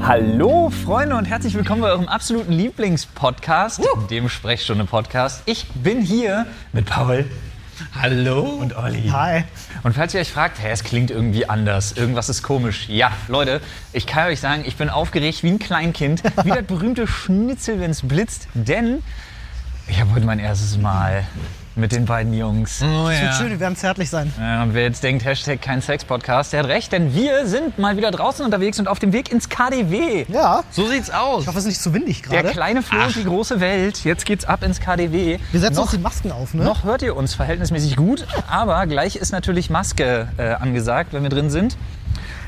Hallo Freunde und herzlich willkommen bei eurem absoluten Lieblingspodcast, dem Sprechstunde-Podcast. Ich bin hier mit Paul. Hallo. Und Olli. Hi. Und falls ihr euch fragt, hä, es klingt irgendwie anders, irgendwas ist komisch. Ja, Leute, ich kann euch sagen, ich bin aufgeregt wie ein Kleinkind, wie das berühmte Schnitzel, wenn es blitzt, denn ich habe heute mein erstes Mal mit den beiden Jungs. Oh, Es wird ja. schön, wir werden zärtlich sein. Ja, und wer jetzt denkt, Hashtag kein Sex-Podcast, der hat recht, denn wir sind mal wieder draußen unterwegs und auf dem Weg ins KDW. Ja. Ich So sieht's aus. hoffe, es ist nicht zu windig Der gerade. kleine Flo und die große Welt. Jetzt geht's ab ins KDW. Wir setzen noch, uns die Masken auf, ne? noch hört ihr uns verhältnismäßig gut, aber gleich ist natürlich Maske äh, angesagt, wenn wir drin sind.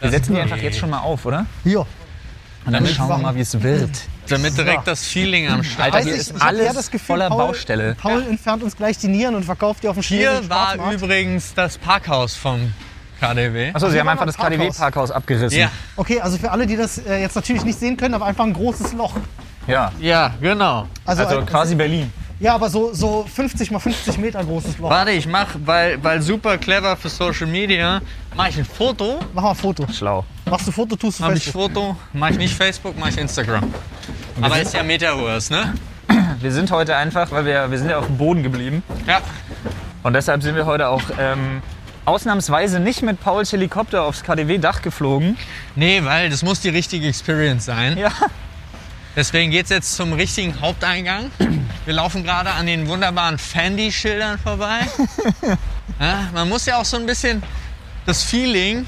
Wir setzen die einfach jetzt schon mal auf, oder? Ja. Und dann Damit schauen wir machen- mal, wie es wird. Damit direkt das Feeling am Start. Alter, Weiß hier ich, ist ich hab eher alles das Gefühl, voller Paul, Baustelle. Paul entfernt uns gleich die Nieren und verkauft die auf dem Hier chinesischen war Schwarzmarkt. übrigens das Parkhaus vom KDW. Achso, sie hier haben war einfach noch das ein Parkhaus. KDW-Parkhaus abgerissen. Ja. Okay, also für alle, die das äh, jetzt natürlich nicht sehen können, aber einfach ein großes Loch. ja. Ja, genau. Also ein- quasi Berlin. ja, aber so, so 50 mal 50 Meter großes Loch. Warte, ich mach, weil, weil super clever für Social Media, mach ich ein Foto. Mach mal ein Foto. Schlau. Machst du Foto, tust du Mach ich Facebook. Foto, mach ich nicht Facebook, mach ich Instagram. Aber ist ja MetaWorst, ne? Wir sind heute einfach, weil wir, wir sind ja auf dem Boden geblieben. Ja. Und deshalb sind wir heute auch ähm, ausnahmsweise nicht mit Pauls Helikopter aufs KDW-Dach geflogen. Nee, weil das muss die richtige Experience sein. Ja. Deswegen geht's jetzt zum richtigen Haupteingang. Wir laufen gerade an den wunderbaren Fendi-Schildern vorbei. ja, man muss ja auch so ein bisschen das Feeling.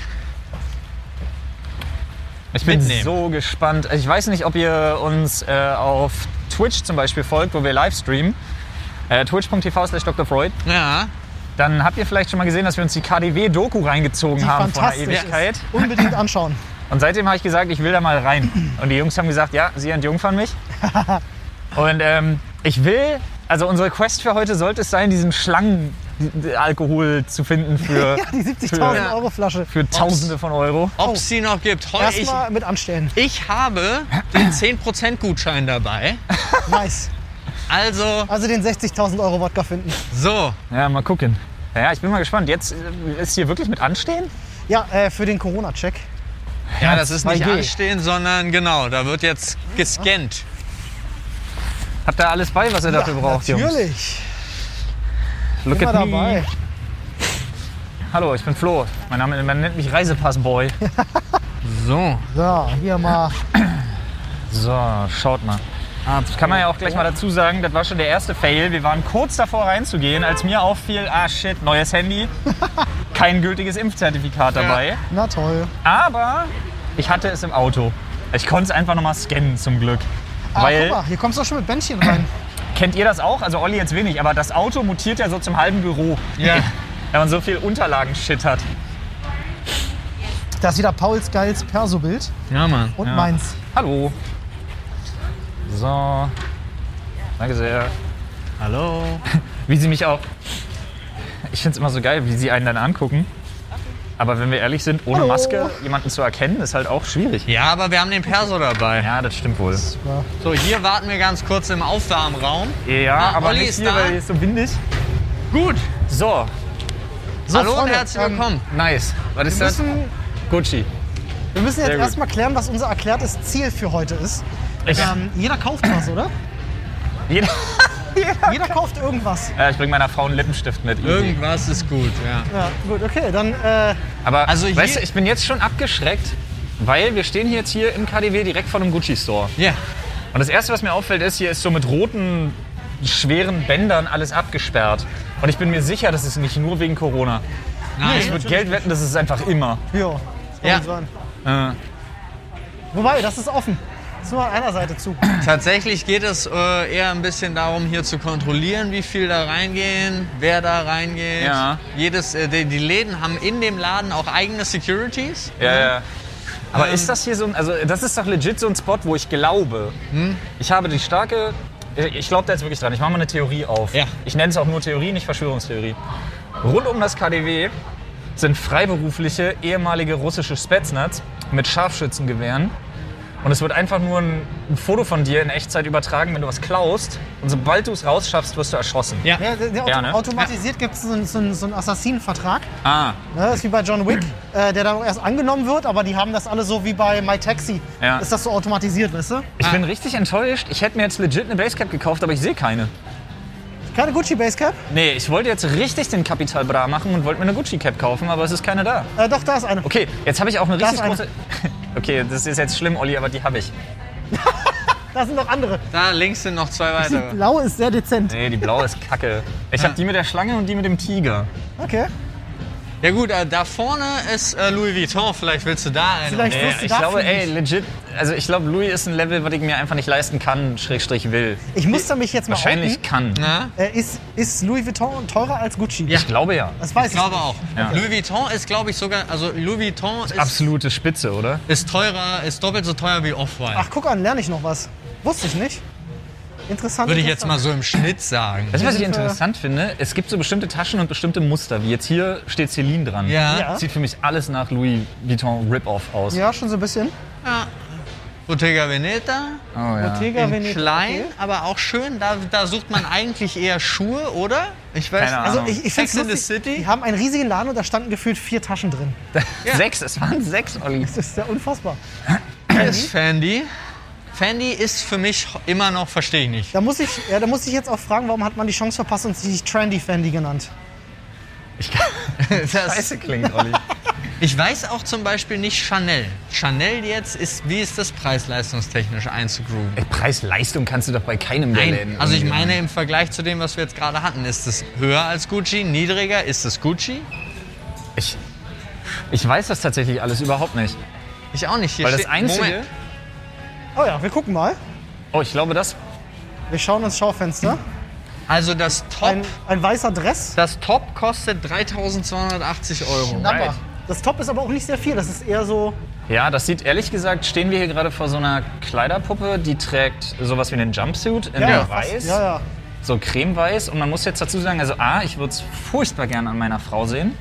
Ich bin mitnehmen. so gespannt. Ich weiß nicht, ob ihr uns äh, auf Twitch zum Beispiel folgt, wo wir live streamen. Äh, Twitch.tv slash Dr. Freud. Ja, Dann habt ihr vielleicht schon mal gesehen, dass wir uns die KDW-Doku reingezogen Die haben vor einer fantastisch Ewigkeit. ist. Unbedingt anschauen. Und seitdem habe ich gesagt, ich will da mal rein. Und die Jungs haben gesagt, ja, sie entjungfern mich. Und ähm, ich will, also unsere Quest für heute sollte es sein, diesen Schlangenalkohol zu finden für, Ja, die 70.000 für, Euro Flasche. für Tausende von Euro. ob es sie noch gibt. Heu, ich, Erstmal mit anstellen. ich habe den 10%-Gutschein dabei. Nice. Also, Also den 60.000 Euro Wodka finden. so. Ja, mal gucken. Ja, ich bin mal gespannt. Jetzt äh, ist hier wirklich mit anstehen? Ja, äh, für den Corona-Check. Ja, das ist nicht 2G. anstehen, sondern genau, da wird jetzt gescannt. Habt ihr alles bei, was ihr dafür braucht, Jungs? Natürlich. Look Immer at me. dabei. Hallo, ich bin Flo. Mein Name, man nennt mich Reisepassboy. So. So, hier mal. So, schaut mal. Das kann man ja auch gleich mal dazu sagen, das war schon der erste Fail. Wir waren kurz davor reinzugehen, als mir auffiel, ah shit, neues Handy, kein gültiges Impfzertifikat dabei. Na toll. Aber ich hatte es im Auto. Ich konnte es einfach nochmal scannen zum Glück. Ah, Weil, guck mal, hier kommst du auch schon mit Bändchen rein. kennt ihr das auch? Also Olli jetzt wenig, aber das Auto mutiert ja so zum halben Büro, Ja. wenn man so viel Unterlagen-Shit hat. Da ist wieder Pauls geiles Perso-Bild Ja, Mann. und meins. Hallo. So. Danke sehr. Hallo. Wie sie mich auch. Ich finde es immer so geil, wie sie einen dann angucken. Aber wenn wir ehrlich sind, ohne Hallo. Maske jemanden zu erkennen, ist halt auch schwierig. Ja, aber wir haben den Perso dabei. Ja, das stimmt wohl. Ja. So, hier warten wir ganz kurz im Aufwärmraum. Ja, Ah, aber Olli nicht ist hier, da. weil hier ist so windig. Gut. So, So, Hallo Freunde, und herzlich ähm, willkommen. nice. Was ist Wir das? müssen, Gucci. wir müssen jetzt Sehr gut. erstmal klären, was unser erklärtes Ziel für heute ist. Ich, Ähm, jeder kauft was, oder? jeder, Jeder kauft irgendwas. ja, ich bringe meiner Frau einen Lippenstift mit. Easy. Irgendwas ist gut, ja. Ja, gut, okay, dann. Äh, Aber Also hier- weißt du, ich bin jetzt schon abgeschreckt, weil wir stehen jetzt hier im KDW direkt vor einem Gucci-Store. Ja. Und das Erste, was mir auffällt, ist, hier ist so mit roten, schweren Bändern alles abgesperrt. Und ich bin mir sicher, das ist nicht nur wegen Corona. Ich Nein. würde Geld wetten, das ist einfach immer. jo, das kann Ja. gut sein. Äh, Wobei, das ist offen. Das ist nur an einer Seite zu. Tatsächlich geht es äh, eher ein bisschen darum, hier zu kontrollieren, wie viel da reingehen, wer da reingeht. Ja. Jedes, äh, die, die Läden haben in dem Laden auch eigene Securities. ja, ja. Aber Ähm. ist das hier so ein, also das ist doch legit so ein Spot, wo ich glaube, Hm? ich habe die starke, ich glaube da jetzt wirklich dran, ich mache mal eine Theorie auf. Ja. Ich nenne es auch nur Theorie, nicht Verschwörungstheorie. Rund um das KDW sind freiberufliche, ehemalige russische Spetsnaz mit Scharfschützengewehren Und es wird einfach nur ein, ein Foto von dir in Echtzeit übertragen, wenn du was klaust. Und sobald du es rausschaffst, wirst du erschossen. Ja. Ja, der, der Ja, ne? Automatisiert gibt es so, einen- so, einen- so einen Assassinenvertrag. Ah, Ne? Ist wie bei John Wick, äh, der dann erst angenommen wird, aber die haben das alle so wie bei My Taxi. Ja. Ist das so automatisiert, weißt du? ich bin richtig enttäuscht. Ich hätte mir jetzt legit eine Basecap gekauft, aber ich sehe keine. Keine Gucci Basecap? Nee, ich wollte jetzt richtig den Kapital Bra machen und wollte mir eine Gucci-Cap kaufen, aber es ist keine da. Äh, doch, da ist eine. Okay, jetzt habe ich auch eine Da richtig ist eine. große. Okay, das ist jetzt schlimm, Olli, aber die habe ich. Da sind noch andere. Da links sind noch zwei Die weitere. blaue ist sehr dezent. Nee, die blaue ist kacke. Ich habe die mit der Schlange und die mit dem Tiger. Okay. Ja gut, äh, da vorne ist äh, Louis Vuitton, vielleicht willst du da einen. Vielleicht Nee, wirst du ich dafür glaube, ey, nicht. legit, also ich glaube, Louis ist ein Level, was ich mir einfach nicht leisten kann, Schrägstrich will. Ich musste mich jetzt mal Wahrscheinlich outen. kann. Na? Äh, ist, ist Louis Vuitton teurer als Gucci? Ja. Ich glaube ja. Das weiß Ich ich. glaube nicht. auch. Ja. Louis Vuitton ist, glaube ich, sogar, also Louis Vuitton ist, Absolute Spitze, oder? ist teurer, ist doppelt so teuer wie Off-White. Ach, guck an, lerne ich noch was. Wusste ich nicht. Interessant. Würde ich jetzt interessant. mal so im Schnitt sagen. Weißt du, was ich sind, äh, interessant finde? Es gibt so bestimmte Taschen und bestimmte Muster. Wie jetzt hier steht Celine dran. Ja. Ja. Sieht für mich alles nach Louis Vuitton Rip-Off aus. Ja, schon so ein bisschen. Bottega Veneta, Oh, ja. Bottega in Veneta, klein, okay. aber auch schön. Da, da sucht man eigentlich eher Schuhe, oder? Ich weiß Keine Ahnung. Also ich, ich Sex find's in the lustig. City? Die haben einen riesigen Laden und da standen gefühlt vier Taschen drin. Sechs, es waren sechs, Olli. Das ist ja unfassbar. Das ist Fendi. Fendi ist für mich immer noch, verstehe ich nicht. Da muss ich, ja, da muss ich jetzt auch fragen, warum hat man die Chance verpasst und sie nicht Trendy Fendi genannt? Ich kann, Das, scheiße klingt, Olli. ich weiß auch zum Beispiel nicht Chanel. Chanel jetzt ist, wie ist das preis-leistungstechnisch einzugrooven? Ey, Preis-Leistung kannst du doch bei keinem der Nein, Läden. also ich irgendwie- meine im Vergleich zu dem, was wir jetzt gerade hatten, ist es höher als Gucci, niedriger, ist es Gucci? Ich, ich weiß das tatsächlich alles überhaupt nicht. Ich auch nicht. Hier Weil das steht- Einzige- Moment. Oh ja, wir gucken mal. Oh, ich glaube, das. Wir schauen ins Schaufenster. Also das Top, Ein, ein weißer Dress. das Top kostet 3.280 Euro. Right. Aber das Top ist aber auch nicht sehr viel. Das ist eher so. Ja, das sieht ehrlich gesagt, stehen wir hier gerade vor so einer Kleiderpuppe, die trägt sowas wie einen Jumpsuit in ja, weiß, fast- Ja, ja. so cremeweiß. Und man muss jetzt dazu sagen, also A, ich würde es furchtbar gern an meiner Frau sehen.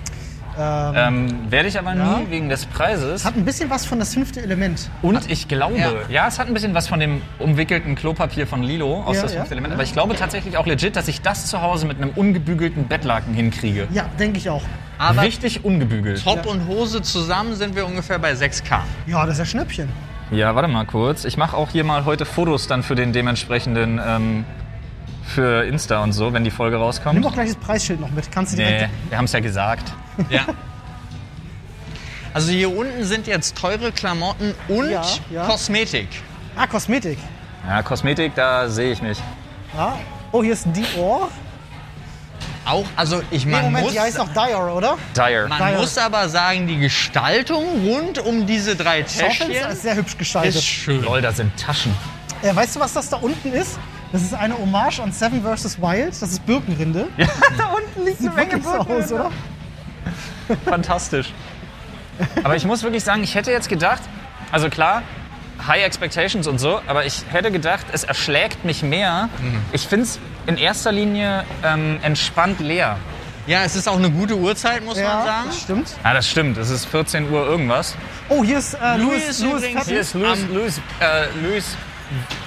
Ähm, Ähm, Werde ich aber Ja. nie wegen des Preises. Hat ein bisschen was von das fünfte Element. Und ich glaube, Ja. ja. es hat ein bisschen was von dem umwickelten Klopapier von Lilo aus Ja, das ja. fünfte Element. Aber ich glaube tatsächlich auch legit, dass ich das zu Hause mit einem ungebügelten Bettlaken hinkriege. Ja, denke ich auch. Aber Richtig ungebügelt. Top und Hose zusammen sind wir ungefähr bei 6K. Ja, das ist ja Schnäppchen. Ja, warte mal kurz. Ich mache auch hier mal heute Fotos dann für den dementsprechenden, ähm, für Insta und so, wenn die Folge Nimm rauskommt. doch gleich das Preisschild noch mit. Kannst du direkt. Nee, wir haben es ja gesagt. Ja. Also hier unten sind jetzt teure Klamotten und Ja, ja. Kosmetik. Ah, Kosmetik. Ja, Kosmetik, da sehe ich nicht. Ja. Oh, hier ist Dior. Auch, also ich Nee, man Moment, muss, die heißt auch Dior, oder? Dire. man Geil. muss aber sagen, die Gestaltung rund um diese drei Schaufenster Täschchen ist also sehr hübsch ist gestaltet. schön. Lol, da sind Taschen. Äh, weißt du, was das da unten ist? Das ist eine Hommage an Seven vs. Wild. Das ist Birkenrinde. Ja, da unten liegt Sieht wirklich so aus, oder? Fantastisch. Aber ich muss wirklich sagen, ich hätte jetzt gedacht, also klar, High Expectations und so, aber ich hätte gedacht, es erschlägt mich mehr. Ich finde es in erster Linie ähm, entspannt leer. Ja, es ist auch eine gute Uhrzeit, muss man Ja, sagen. das stimmt. Ah, das stimmt, es ist 14 Uhr irgendwas. Oh, hier ist äh, Louis Louis, ist Louis übrigens- Hier Vuitton. ist Louis, Louis, äh, Louis,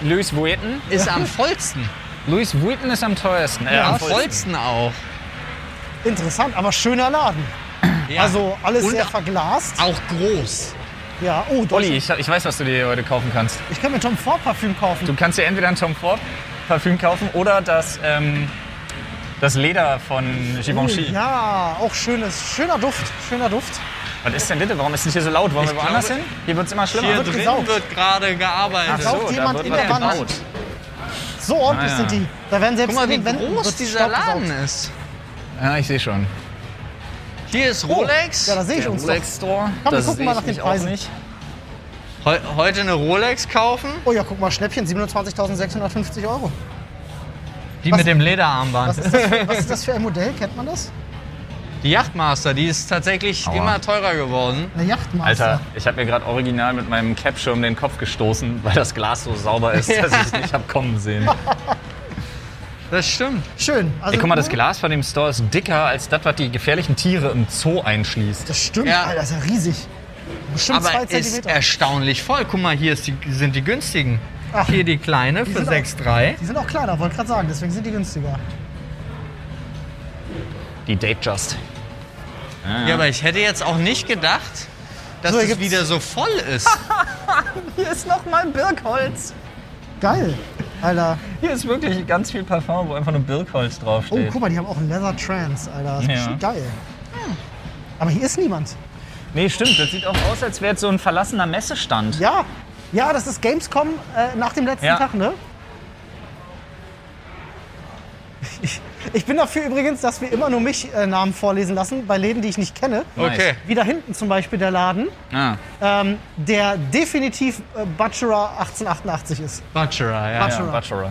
Louis Vuitton. Ist am vollsten. Louis Vuitton ist am teuersten. Äh, am am vollsten auch. Interessant, aber schöner Laden. Ja. Also alles Und sehr verglast. auch groß. Ja, oh, Deutsch. Olli, ich, ich weiß, was du dir heute kaufen kannst. Ich kann mir Tom Ford Parfüm kaufen. Du kannst dir entweder ein Tom Ford Parfüm kaufen oder das, ähm, das Leder von Givenchy. Uh, Ja, auch schönes, schöner Duft, schöner Duft. Was ist denn bitte? Warum ist es hier so laut? Wollen Ich wir woanders glaube- hin? Hier wird es immer schlimmer. Hier Genau, wird drin gesaugt. wird gerade gearbeitet. Ach so. saugt jemand in der was Wand. So ordentlich Ah, ja. sind die. Da werden selbst Guck in mal, wie den Wänden groß wird dieser Staub Laden gesaugt. ist. Ja, ich sehe schon. Hier ist Rolex. Ja, da sehe ich Der uns Rolex Store. Komm, wir das gucken sehe mal ich nach den mich auch Preisen. nicht. Heu heute eine Rolex kaufen, doch. Oh ja, guck mal, Schnäppchen, 27.650 Euro. die Was- mit dem Lederarmband. Was ist, das für, was ist das für ein Modell? Kennt man das? Die Yachtmaster, die ist tatsächlich Aua. immer teurer geworden. Eine Yachtmaster. Alter, ich habe mir gerade original mit meinem Capschirm den Kopf gestoßen, weil das Glas so sauber ist, dass ich es nicht hab kommen sehen. Das stimmt. Schön. Also Ey, guck mal, das nur- Glas von dem Store ist dicker als das, was die gefährlichen Tiere im Zoo einschließt. Das stimmt, Ja. Alter, ist ja riesig. Bestimmt zwei Aber ist Zentimeter. erstaunlich voll. Guck mal, hier ist die, sind die günstigen. Ach. hier die kleine Die für sind auch- 6,3. Die sind auch kleiner, wollte gerade sagen, deswegen sind die günstiger. Die Datejust. Ja, aber ich hätte jetzt auch nicht gedacht, dass So, hier es gibt's- wieder so voll ist. Hier ist nochmal Birkholz. Geil. Alter. Hier ist wirklich ganz viel Parfum, wo einfach nur Birkholz Oh, draufsteht. guck mal, die haben auch einen Leather Trans, Alter. Das ist Ja. bestimmt geil. Aber hier ist niemand. Nee, stimmt. Das sieht auch aus, als wäre es so ein verlassener Messestand. Ja. Ja, das ist Gamescom äh, nach dem letzten Ja. Tag, ne? Ich- Ich bin dafür übrigens, dass wir immer nur mich äh, Namen vorlesen lassen bei Läden, die ich nicht kenne. Oh. Okay. Wie da hinten zum Beispiel der Laden, Ah. ähm, der definitiv äh, Butcherer 1888 ist. Butcherer, ja. Ja, Bachelor.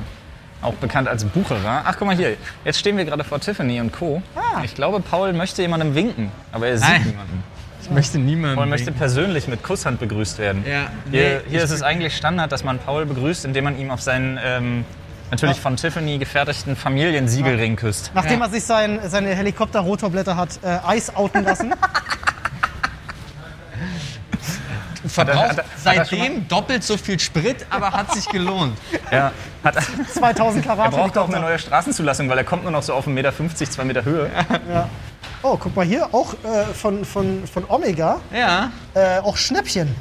Auch bekannt als Bucherer. Ach, guck mal hier. Jetzt stehen wir gerade vor Tiffany und Co. Ah. Ich glaube, Paul möchte jemandem winken, aber er sieht Nein. niemanden. Ich möchte niemanden. Paul möchte persönlich mit Kusshand begrüßt werden. Ja, Hier, nee, hier ich ist es eigentlich Standard, dass man Paul begrüßt, indem man ihm auf seinen ähm, natürlich Ah. von Tiffany gefertigten Familiensiegelring küsst. Nachdem Ja. er sich sein, seine Helikopter-Rotorblätter hat äh, Eis outen lassen. Hat er- hat er- hat verbraucht er schon seitdem doppelt so viel Sprit, aber hat sich gelohnt. Ja. Hat, 2000 er Karat. braucht auch eine neue Straßenzulassung, weil er kommt nur noch so auf 1,50 Meter, 2 Meter Höhe. Oh, guck mal hier, auch äh, von, von, von Omega, Ja. äh, auch Schnäppchen.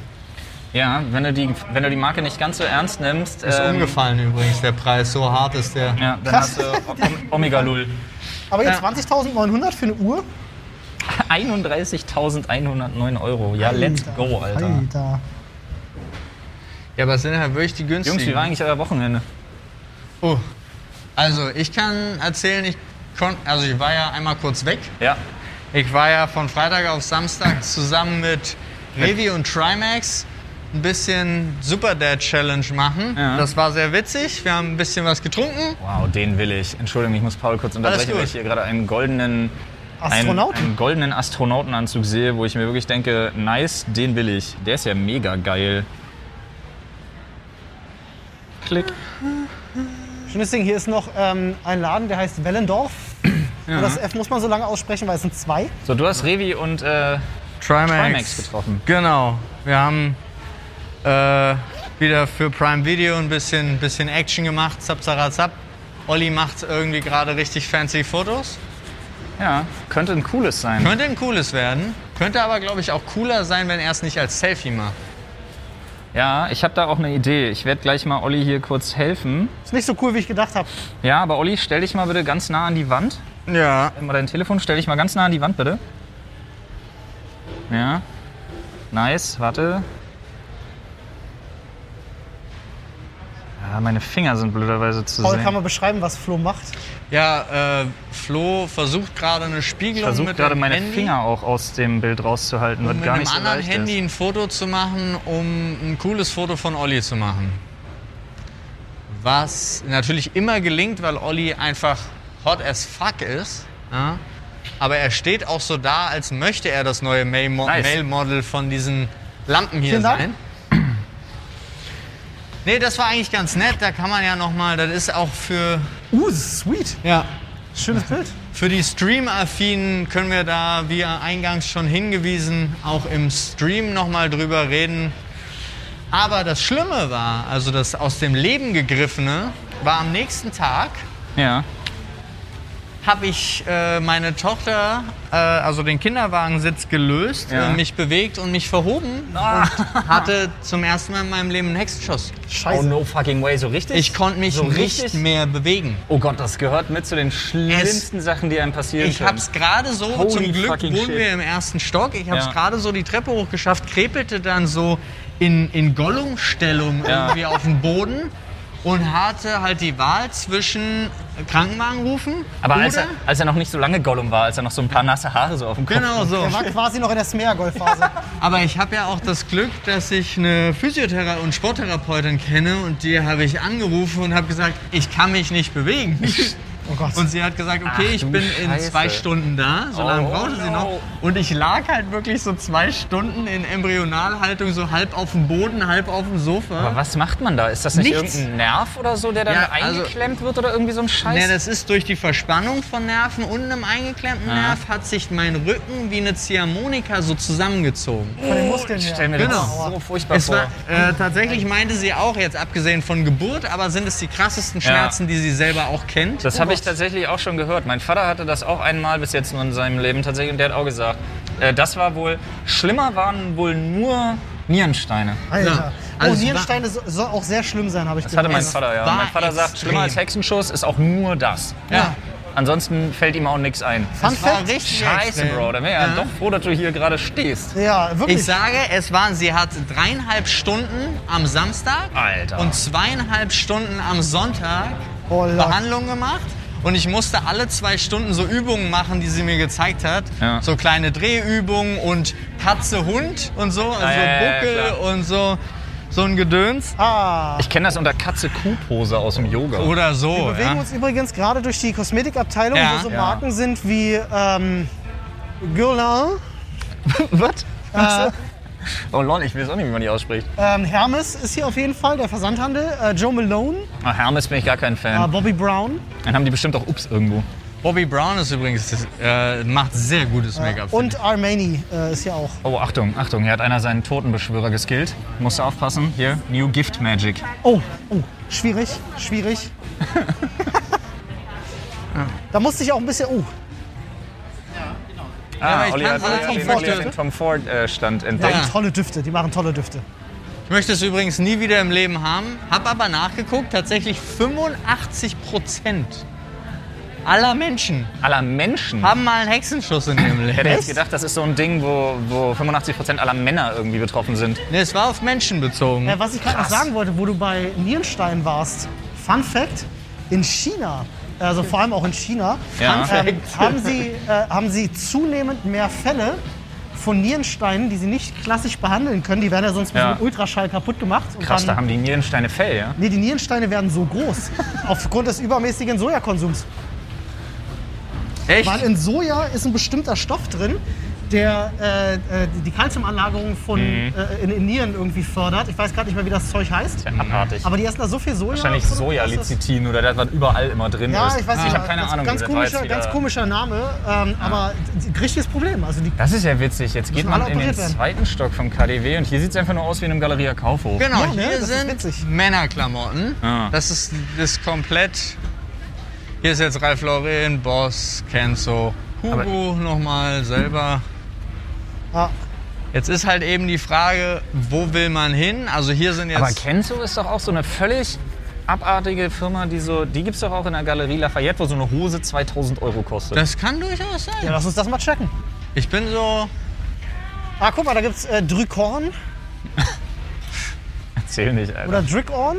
Ja, wenn du die, wenn du die Marke nicht ganz so ernst nimmst. Ist ähm, umgefallen übrigens, der Preis. So hart ist der. ja, dann hast du Om- Omega-Lull. Aber jetzt Ja. 20.900 für eine Uhr? 31.109 Euro. Ja, let's go, Alter. Alter. Ja, aber es sind halt wirklich die günstigen. Jungs, wie war eigentlich euer Wochenende? oh. Also, ich kann erzählen, ich kon also ich war ja einmal kurz weg. Ja. Ich war ja von Freitag auf Samstag zusammen mit Revi und Trimax ein bisschen Super Dad Challenge machen. Ja. Das war sehr witzig. Wir haben ein bisschen was getrunken. Wow, den will ich. Entschuldigung, ich muss Paul kurz unterbrechen, gut. weil ich hier gerade einen goldenen einen- Astronauten? einen goldenen Astronautenanzug sehe, wo ich mir wirklich denke, nice, den will ich. Der ist ja mega geil. Klick. Schönes Ding, hier ist noch ähm, ein Laden, der heißt Wellendorf. Und Das F muss man so lange aussprechen, weil es sind zwei. So, du hast Revi und äh, Trimax. Trimax getroffen. Genau. Wir haben äh, wieder für Prime Video ein bisschen, bisschen Action gemacht. Zap, zap, zap. Olli macht irgendwie gerade richtig fancy Fotos. Ja, könnte ein cooles sein. Könnte ein cooles werden. Könnte aber, glaube ich, auch cooler sein, wenn er es nicht als Selfie macht. Ja, ich habe da auch eine Idee. Ich werde gleich mal Olli hier kurz helfen. Ist nicht so cool, wie ich gedacht habe. Ja, aber Olli, stell dich mal bitte ganz nah an die Wand. Ja. Nimm mal dein Telefon, stell dich mal ganz nah an die Wand, bitte. Ja. Nice, warte. Ja, Ah, meine Finger sind blöderweise zu Paul, sehen. kann man beschreiben, was Flo macht? Ja, äh, Flo versucht gerade eine Spiegelung Versucht mit gerade dem meine Handy, Finger auch aus dem Bild rauszuhalten, was Um mit gar einem nicht so anderen leicht Handy ist. ein Foto zu machen, um ein cooles Foto von Olli zu machen. Was natürlich immer gelingt, weil Olli einfach hot as fuck ist. Ja? Aber er steht auch so da, als möchte er das neue Mail- Mo- Nice. Mail-Model von diesen Lampen hier Vielen Dank. sein. Nee, das war eigentlich ganz nett. Da kann man ja noch mal, das ist auch für Uh, sweet. ja, Schönes Bild. Für die Stream-Affinen können wir da, wie eingangs schon hingewiesen, auch im Stream nochmal drüber reden. Aber das Schlimme war, also das aus dem Leben gegriffene, war am nächsten Tag, Ja. habe ich äh, meine Tochter, äh, also den Kinderwagensitz gelöst, Ja. Ah. äh, mich bewegt und mich verhoben und hatte zum ersten Mal in meinem Leben einen Hexenschuss. Oh Scheiße. no fucking way, so richtig? Ich konnte mich so nicht richtig? mehr bewegen. Oh Gott, das gehört mit zu den schlimmsten Sachen, die einem passieren Ich können. hab's gerade so, Holy zum Glück fucking wohnen shit. wir im ersten Stock, ich hab's Ja. gerade so die Treppe hochgeschafft, krepelte dann so in, in Gollum-Stellung Ja. irgendwie auf dem Boden und hatte halt die Wahl zwischen Krankenwagen rufen Aber oder... als er, als er noch nicht so lange Gollum war, als er noch so ein paar nasse Haare so auf dem Kopf genau so. Er war quasi noch in der Smeargolf-Phase. Aber ich habe ja auch das Glück, dass ich eine Physiothera und Sporttherapeutin kenne und die habe ich angerufen und habe gesagt, ich kann mich nicht bewegen. Oh Gott. Und sie hat gesagt, okay, Ach, ich du bin in Scheiße. zwei Stunden da, so lange Oh, brauchte sie no. noch. Und ich lag halt wirklich so zwei Stunden in Embryonalhaltung, so halb auf dem Boden, halb auf dem Sofa. Aber was macht man da? Ist das nicht Nichts. irgendein Nerv oder so, der dann Ja, also- eingeklemmt wird oder irgendwie so ein Scheiß? Ja, das ist durch die Verspannung von Nerven und einem eingeklemmten Ah. Nerv hat sich mein Rücken wie eine Ziehharmonika so zusammengezogen. Von den Muskeln Oh, ich her. stell mir Genau. das so furchtbar Es vor. war, äh, tatsächlich meinte sie auch, jetzt abgesehen von Geburt, aber sind es die krassesten Ja. Schmerzen, die sie selber auch kennt. Oh Das habe ich tatsächlich auch schon gehört. Mein Vater hatte das auch einmal bis jetzt nur in seinem Leben tatsächlich und der hat auch gesagt, äh, das war wohl, schlimmer waren wohl nur Nierensteine. Alter. Ja. Also oh, es war- Nierensteine so- soll auch sehr schlimm sein, habe ich Das hatte mein gelesen. Vater, ja. war Mein Vater sagt, extrem. schlimmer als Hexenschuss ist auch nur das. Ja. Ansonsten fällt ihm auch nichts ein. Fun Das war Fact? richtig Scheiße, extrem. Bro, da wäre ja. doch froh, dass du hier gerade stehst. Ja, wirklich. Ich sage, es waren, sie hat dreieinhalb Stunden am Samstag Alter. und zweieinhalb Stunden am Sonntag Oh, Lack. Behandlung gemacht. Und ich musste alle zwei Stunden so Übungen machen, die sie mir gezeigt hat. Ja. So kleine Drehübungen und Katze, Hund und so. Also ja, ja, Buckel klar. und so, so ein Gedöns. ah. Ich kenne das unter Katze-Kuh-Pose aus dem Yoga. Oder so. Wir bewegen ja. uns übrigens gerade durch die Kosmetikabteilung, Ja. wo so Ja. Marken sind wie ähm, Guerlain, Was? äh, Oh lol, ich weiß auch nicht, wie man die ausspricht. ähm, Hermes ist hier auf jeden Fall, der Versandhandel, äh, Joe Malone, Ah, Hermes bin ich gar kein Fan. äh, Bobby Brown Dann haben die bestimmt auch Ups irgendwo. Bobby Brown ist übrigens, äh, macht sehr gutes Make-up. finde und Armani äh, ist hier auch. Oh, Achtung, Achtung, hier hat einer seinen Totenbeschwörer geskillt. Musst du aufpassen. Hier, New Gift Magic. Oh, oh, schwierig, schwierig. Da musste ich auch ein bisschen. Oh, Ah, aber ich Olli kann hat alle Olli Tom hat den- Ford den dürfen. Tom Ford äh, Stand entdeckt. Ja. tolle Düfte, die machen tolle Düfte. Ich möchte es übrigens nie wieder im Leben haben, habe aber nachgeguckt, tatsächlich 85 Prozent aller Menschen Aller Menschen. haben mal einen Hexenschuss in ihrem Ich hätte Leben. jetzt gedacht, das ist so ein Ding, wo, wo 85% aller Männer irgendwie betroffen sind. Nee, es war auf Menschen bezogen. Äh, was ich gerade noch sagen wollte, wo du bei Nierenstein warst. Fun Fact: In China, also vor allem auch in China, Ja. ähm, haben, sie, äh, haben sie zunehmend mehr Fälle von Nierensteinen, die sie nicht klassisch behandeln können. Die werden ja sonst mit Ja. einem Ultraschall kaputt gemacht. Und Krass, da dann, haben die Nierensteine Fell, ja? Nee, die Nierensteine werden so groß. aufgrund des übermäßigen Sojakonsums. Echt? Weil in Soja ist ein bestimmter Stoff drin, der äh, äh, die Kalziumanlagerung von, äh, in den Nieren irgendwie fördert. Ich weiß gerade nicht mehr, wie das Zeug heißt. Mhm. Ja, Abartig. Aber die essen da so viel Soja. Wahrscheinlich Produkte, dass das- Sojalicitin oder das, was überall immer drin Ja, ist. ich weiß nicht. habe keine ganz, Ahnung. Ganz das war jetzt komischer, ganz wieder- komischer Name, ähm, aber d- d- richtiges Problem. Also die, Das ist ja witzig. Jetzt geht Müssen alle man in den operiert werden. zweiten Stock vom KDW und hier sieht es einfach nur aus wie in einem Galeria Kaufhof. Genau, Ja, ne? hier Das ist witzig. sind Männerklamotten. Ah. Das ist das ist komplett. Hier ist jetzt Ralf Lauren, Boss, Kenzo, Hugo nochmal selber. ah, Jetzt ist halt eben die Frage, wo will man hin? Also hier sind jetzt. Aber Kenzo ist doch auch so eine völlig abartige Firma, die so, die gibt's doch auch in der Galerie Lafayette, wo so eine Hose 2000 Euro kostet. das kann durchaus sein. ja, lass uns das mal checken. Ich bin so. Ah, guck mal, da gibt es äh, Drückorn Erzähl nicht, Alter. oder Drückorn.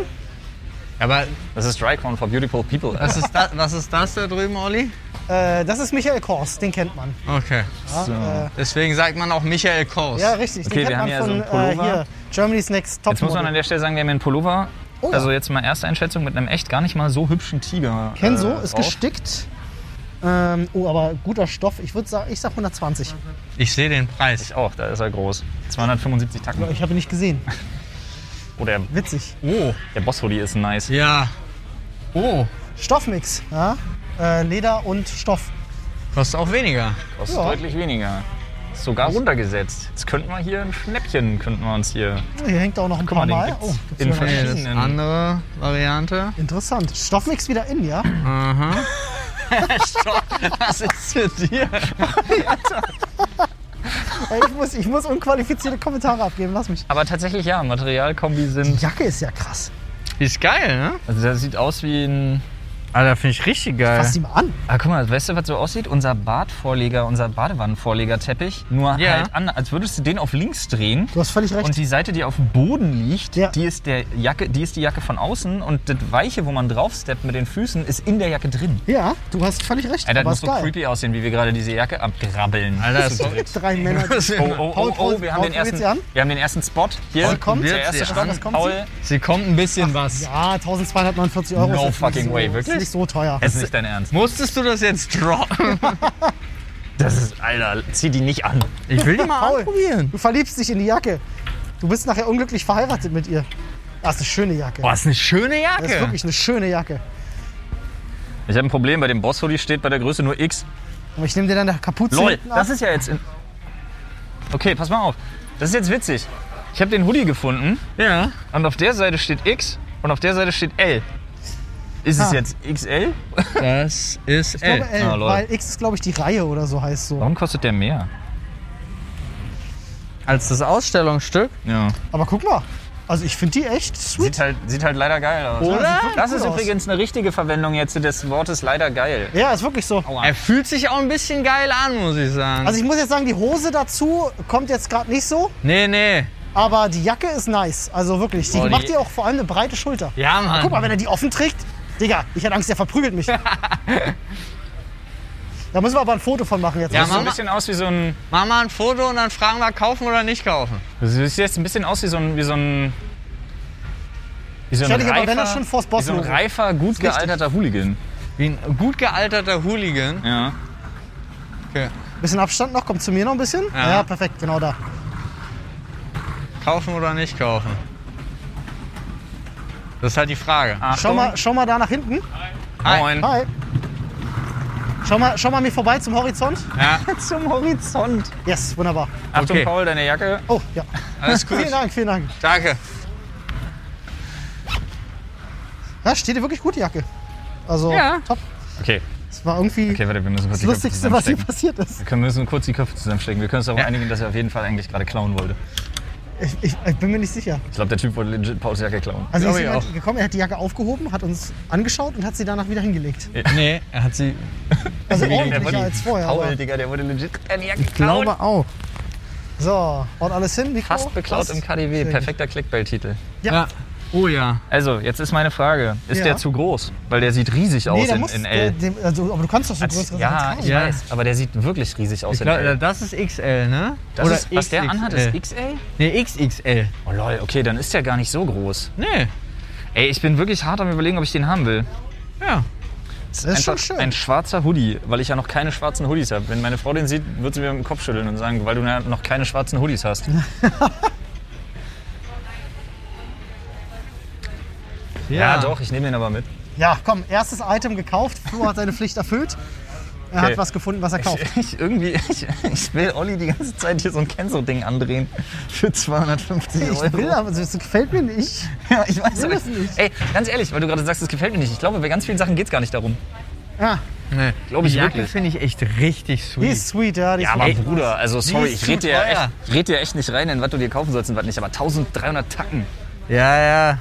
Aber das ist Drycorn for Beautiful People. was ist, da, was ist das da drüben, Olli? Äh, das ist Michael Kors, den kennt man. Okay. Ja, äh, Deswegen sagt man auch Michael Kors. ja richtig, Okay, den wir kennt haben man ja so von einen Pullover. äh, hier, Germany's Next Top Jetzt muss man an der Stelle sagen, wir haben hier einen Pullover. Oh ja. Also jetzt mal erste Einschätzung mit einem echt gar nicht mal so hübschen Tiger. Kenzo äh, ist drauf. gestickt. Ähm, oh, aber guter Stoff. Ich würde sagen, ich sag 120. Ich sehe den Preis. Ich auch, da ist er groß. 275 Tacken. Ich habe ihn nicht gesehen. Oder Witzig. Oh. der Boss-Hoodie ist nice. Ja. Oh. Stoffmix, ja? äh, Leder und Stoff. Kostet auch weniger. Kostet Ja. deutlich weniger. Ist sogar runtergesetzt. Jetzt könnten wir hier ein Schnäppchen, könnten wir uns hier. Oh, Hier hängt auch noch ein mal, paar den Mal. gibt's Oh, gibt's in sogar noch- Versch- Nee, das ist eine andere Variante. Interessant. Stoffmix wieder in, ja? Was ist mit dir? Ey, ich, muss, ich muss unqualifizierte Kommentare abgeben, lass mich. Aber tatsächlich ja, Materialkombi Die sind. Jacke ist ja krass. Die ist geil, ne? Also das sieht aus wie ein. Alter, finde ich richtig geil. Fass die mal an. Ah, guck mal, weißt du, was so aussieht? Unser Badvorleger, unser Badewannenvorlegerteppich. Nur Ja. halt anders, als würdest du den auf links drehen. Du hast völlig recht. Und die Seite, die auf dem Boden liegt, Ja. die, ist der Jacke, die ist die Jacke von außen und das Weiche, wo man draufsteppt mit den Füßen, ist in der Jacke drin. ja, du hast völlig recht. Alter, das aber muss ist so geil. creepy aussehen, wie wir gerade diese Jacke abgrabbeln. Alter, ist Drei Männer. Oh, so. oh, Paul, oh, oh, Paul, wir haben, Paul, den probiert ersten, sie an? wir haben den ersten Spot. Hier, Paul kommt. der Probiert erste sie Stand. an. Was kommt Paul, Sie kommt ein bisschen was. Ja, 1249 Euro. no ist jetzt nicht fucking so- way, ist wirklich? nicht so teuer. Es ist nicht dein Ernst. Musstest du das jetzt droppen? Das ist, Alter, zieh die nicht an. Ich will die Paul. mal anprobieren. Du verliebst dich in die Jacke. Du bist nachher unglücklich verheiratet mit ihr. Das ist eine schöne Jacke. Boah, ist eine schöne Jacke. Das ist wirklich eine schöne Jacke. Ich habe ein Problem, bei dem Boss-Hoodie steht bei der Größe nur X. Aber ich nehme dir dann eine Kapuze. Lol, hinten ab. das ist ja jetzt. In okay, pass mal auf. Das ist jetzt witzig. Ich habe den Hoodie gefunden ja. und auf der Seite steht X und auf der Seite steht L. Ist es Ah. jetzt XL? Das ist Ich glaube, L, L. Ah, lol. Oh. weil X ist, glaube ich, die Reihe oder so heißt so. Warum kostet der mehr? Als das Ausstellungsstück. Ja. Aber guck mal. Also ich finde die echt sweet. Sieht halt, sieht halt leider geil aus. Oder? Ja, sieht wirklich Das cool ist aus. übrigens eine richtige Verwendung jetzt des Wortes leider geil. Ja, ist wirklich so. Aua. Er fühlt sich auch ein bisschen geil an, muss ich sagen. Also ich muss jetzt sagen, die Hose dazu kommt jetzt gerade nicht so, nee, nee. aber die Jacke ist nice. Also wirklich, die Oh, die- macht dir auch vor allem eine breite Schulter. Ja, Mann. Guck mal, wenn er die offen trägt, Digga, ich hätte Angst, der verprügelt mich. da müssen wir aber ein Foto von machen jetzt. Ja, Das sieht so ein Mama- bisschen aus wie so ein. Mach mal ein Foto und dann fragen wir, kaufen oder nicht kaufen. Das sieht jetzt ein bisschen aus wie so ein. Wie so ein wie so ein Ich hätte dich aber, wenn reifer, dann schon vors wie so ein Boss-Logo. reifer, gut richtig. gealterter Hooligan. Wie ein gut gealterter Hooligan. Ja. Okay. Bisschen Abstand noch, kommt zu mir noch ein bisschen. Ja. Ja, perfekt, genau da. Kaufen oder nicht kaufen? Das ist halt die Frage. Schau Achtung. mal, schau mal da nach hinten. Hi. Moin. Hi. Schau mal, schau mal mir vorbei zum Horizont. Ja, Zum Horizont. Yes, wunderbar. Achtung, Okay. Paul, deine Jacke. Oh, ja. alles gut. Vielen Dank, vielen Dank. Danke. Ja, steht dir wirklich gut, die Jacke. Also, Ja. top. Okay, Es war irgendwie okay, warte, wir müssen kurz das Lustigste, was hier zusammenstecken. passiert ist. Wir können- müssen kurz die Köpfe zusammenstecken. Wir können uns darauf einigen, dass er auf jeden Fall eigentlich gerade klauen wollte. Ich, ich, ich bin mir nicht sicher. Ich glaube, der Typ wollte legit Pauls Jacke klauen. Also, Glaub ist ich jemand auch. gekommen, er hat die Jacke aufgehoben, hat uns angeschaut und hat sie danach wieder hingelegt. Äh, Nee, er hat sie. Also Der wollte- ordentlicher als vorher. Paul, Aber. Digga, der wurde legit deine Jacke Ich glaube geklaut. auch. So, und alles hin, Nico. Fast beklaut im KDW. oh, gut. Perfekter Clickbait-Titel. Ja. Oh ja. Also, jetzt ist meine Frage. Ist Ja. der zu groß? Weil der sieht riesig aus Nee, der in, muss, in der- L. dem- also, aber du kannst doch so Als- größere ja, äh, Sachen ich tragen. Ja. weiß. Aber der sieht wirklich riesig aus Ich glaub, in L. das ist XL, ne? Das ist, was der anhat, ist XL? Nee, XXL. Oh lol, okay, dann ist der gar nicht so groß. Nee. Ey, ich bin wirklich hart am überlegen, ob ich den haben will. Ja. Das ist einfach schon schön. ein schwarzer Hoodie, weil ich ja noch keine schwarzen Hoodies habe. Wenn meine Frau den sieht, wird sie mir im Kopf schütteln und sagen, weil du ja noch keine schwarzen Hoodies hast. Ja, doch, ich nehme den aber mit. Ja, komm, erstes Item gekauft. Flo hat seine Pflicht erfüllt. Er Okay. hat was gefunden, was er kauft. Ich, ich irgendwie, ich, ich will Olli die ganze Zeit hier so ein Kenzo-Ding andrehen für 250 Euro. Ich will, aber also, das gefällt mir nicht. ja, ich weiß will aber- das nicht. Ey, ganz ehrlich, weil du gerade sagst, es gefällt mir nicht. Ich glaube, bei ganz vielen Sachen geht es gar nicht darum. Ja, Nee. Glaub ich die Jacke wirklich. finde ich echt richtig die sweet. ist sweet, ja. Die ist Ja, aber wirklich nice. Bruder, also sorry, ist ich zu rede dir, echt- teuer. ich red dir echt nicht rein, in was du dir kaufen sollst und was nicht. Aber 1300 Tacken. Ja, ja.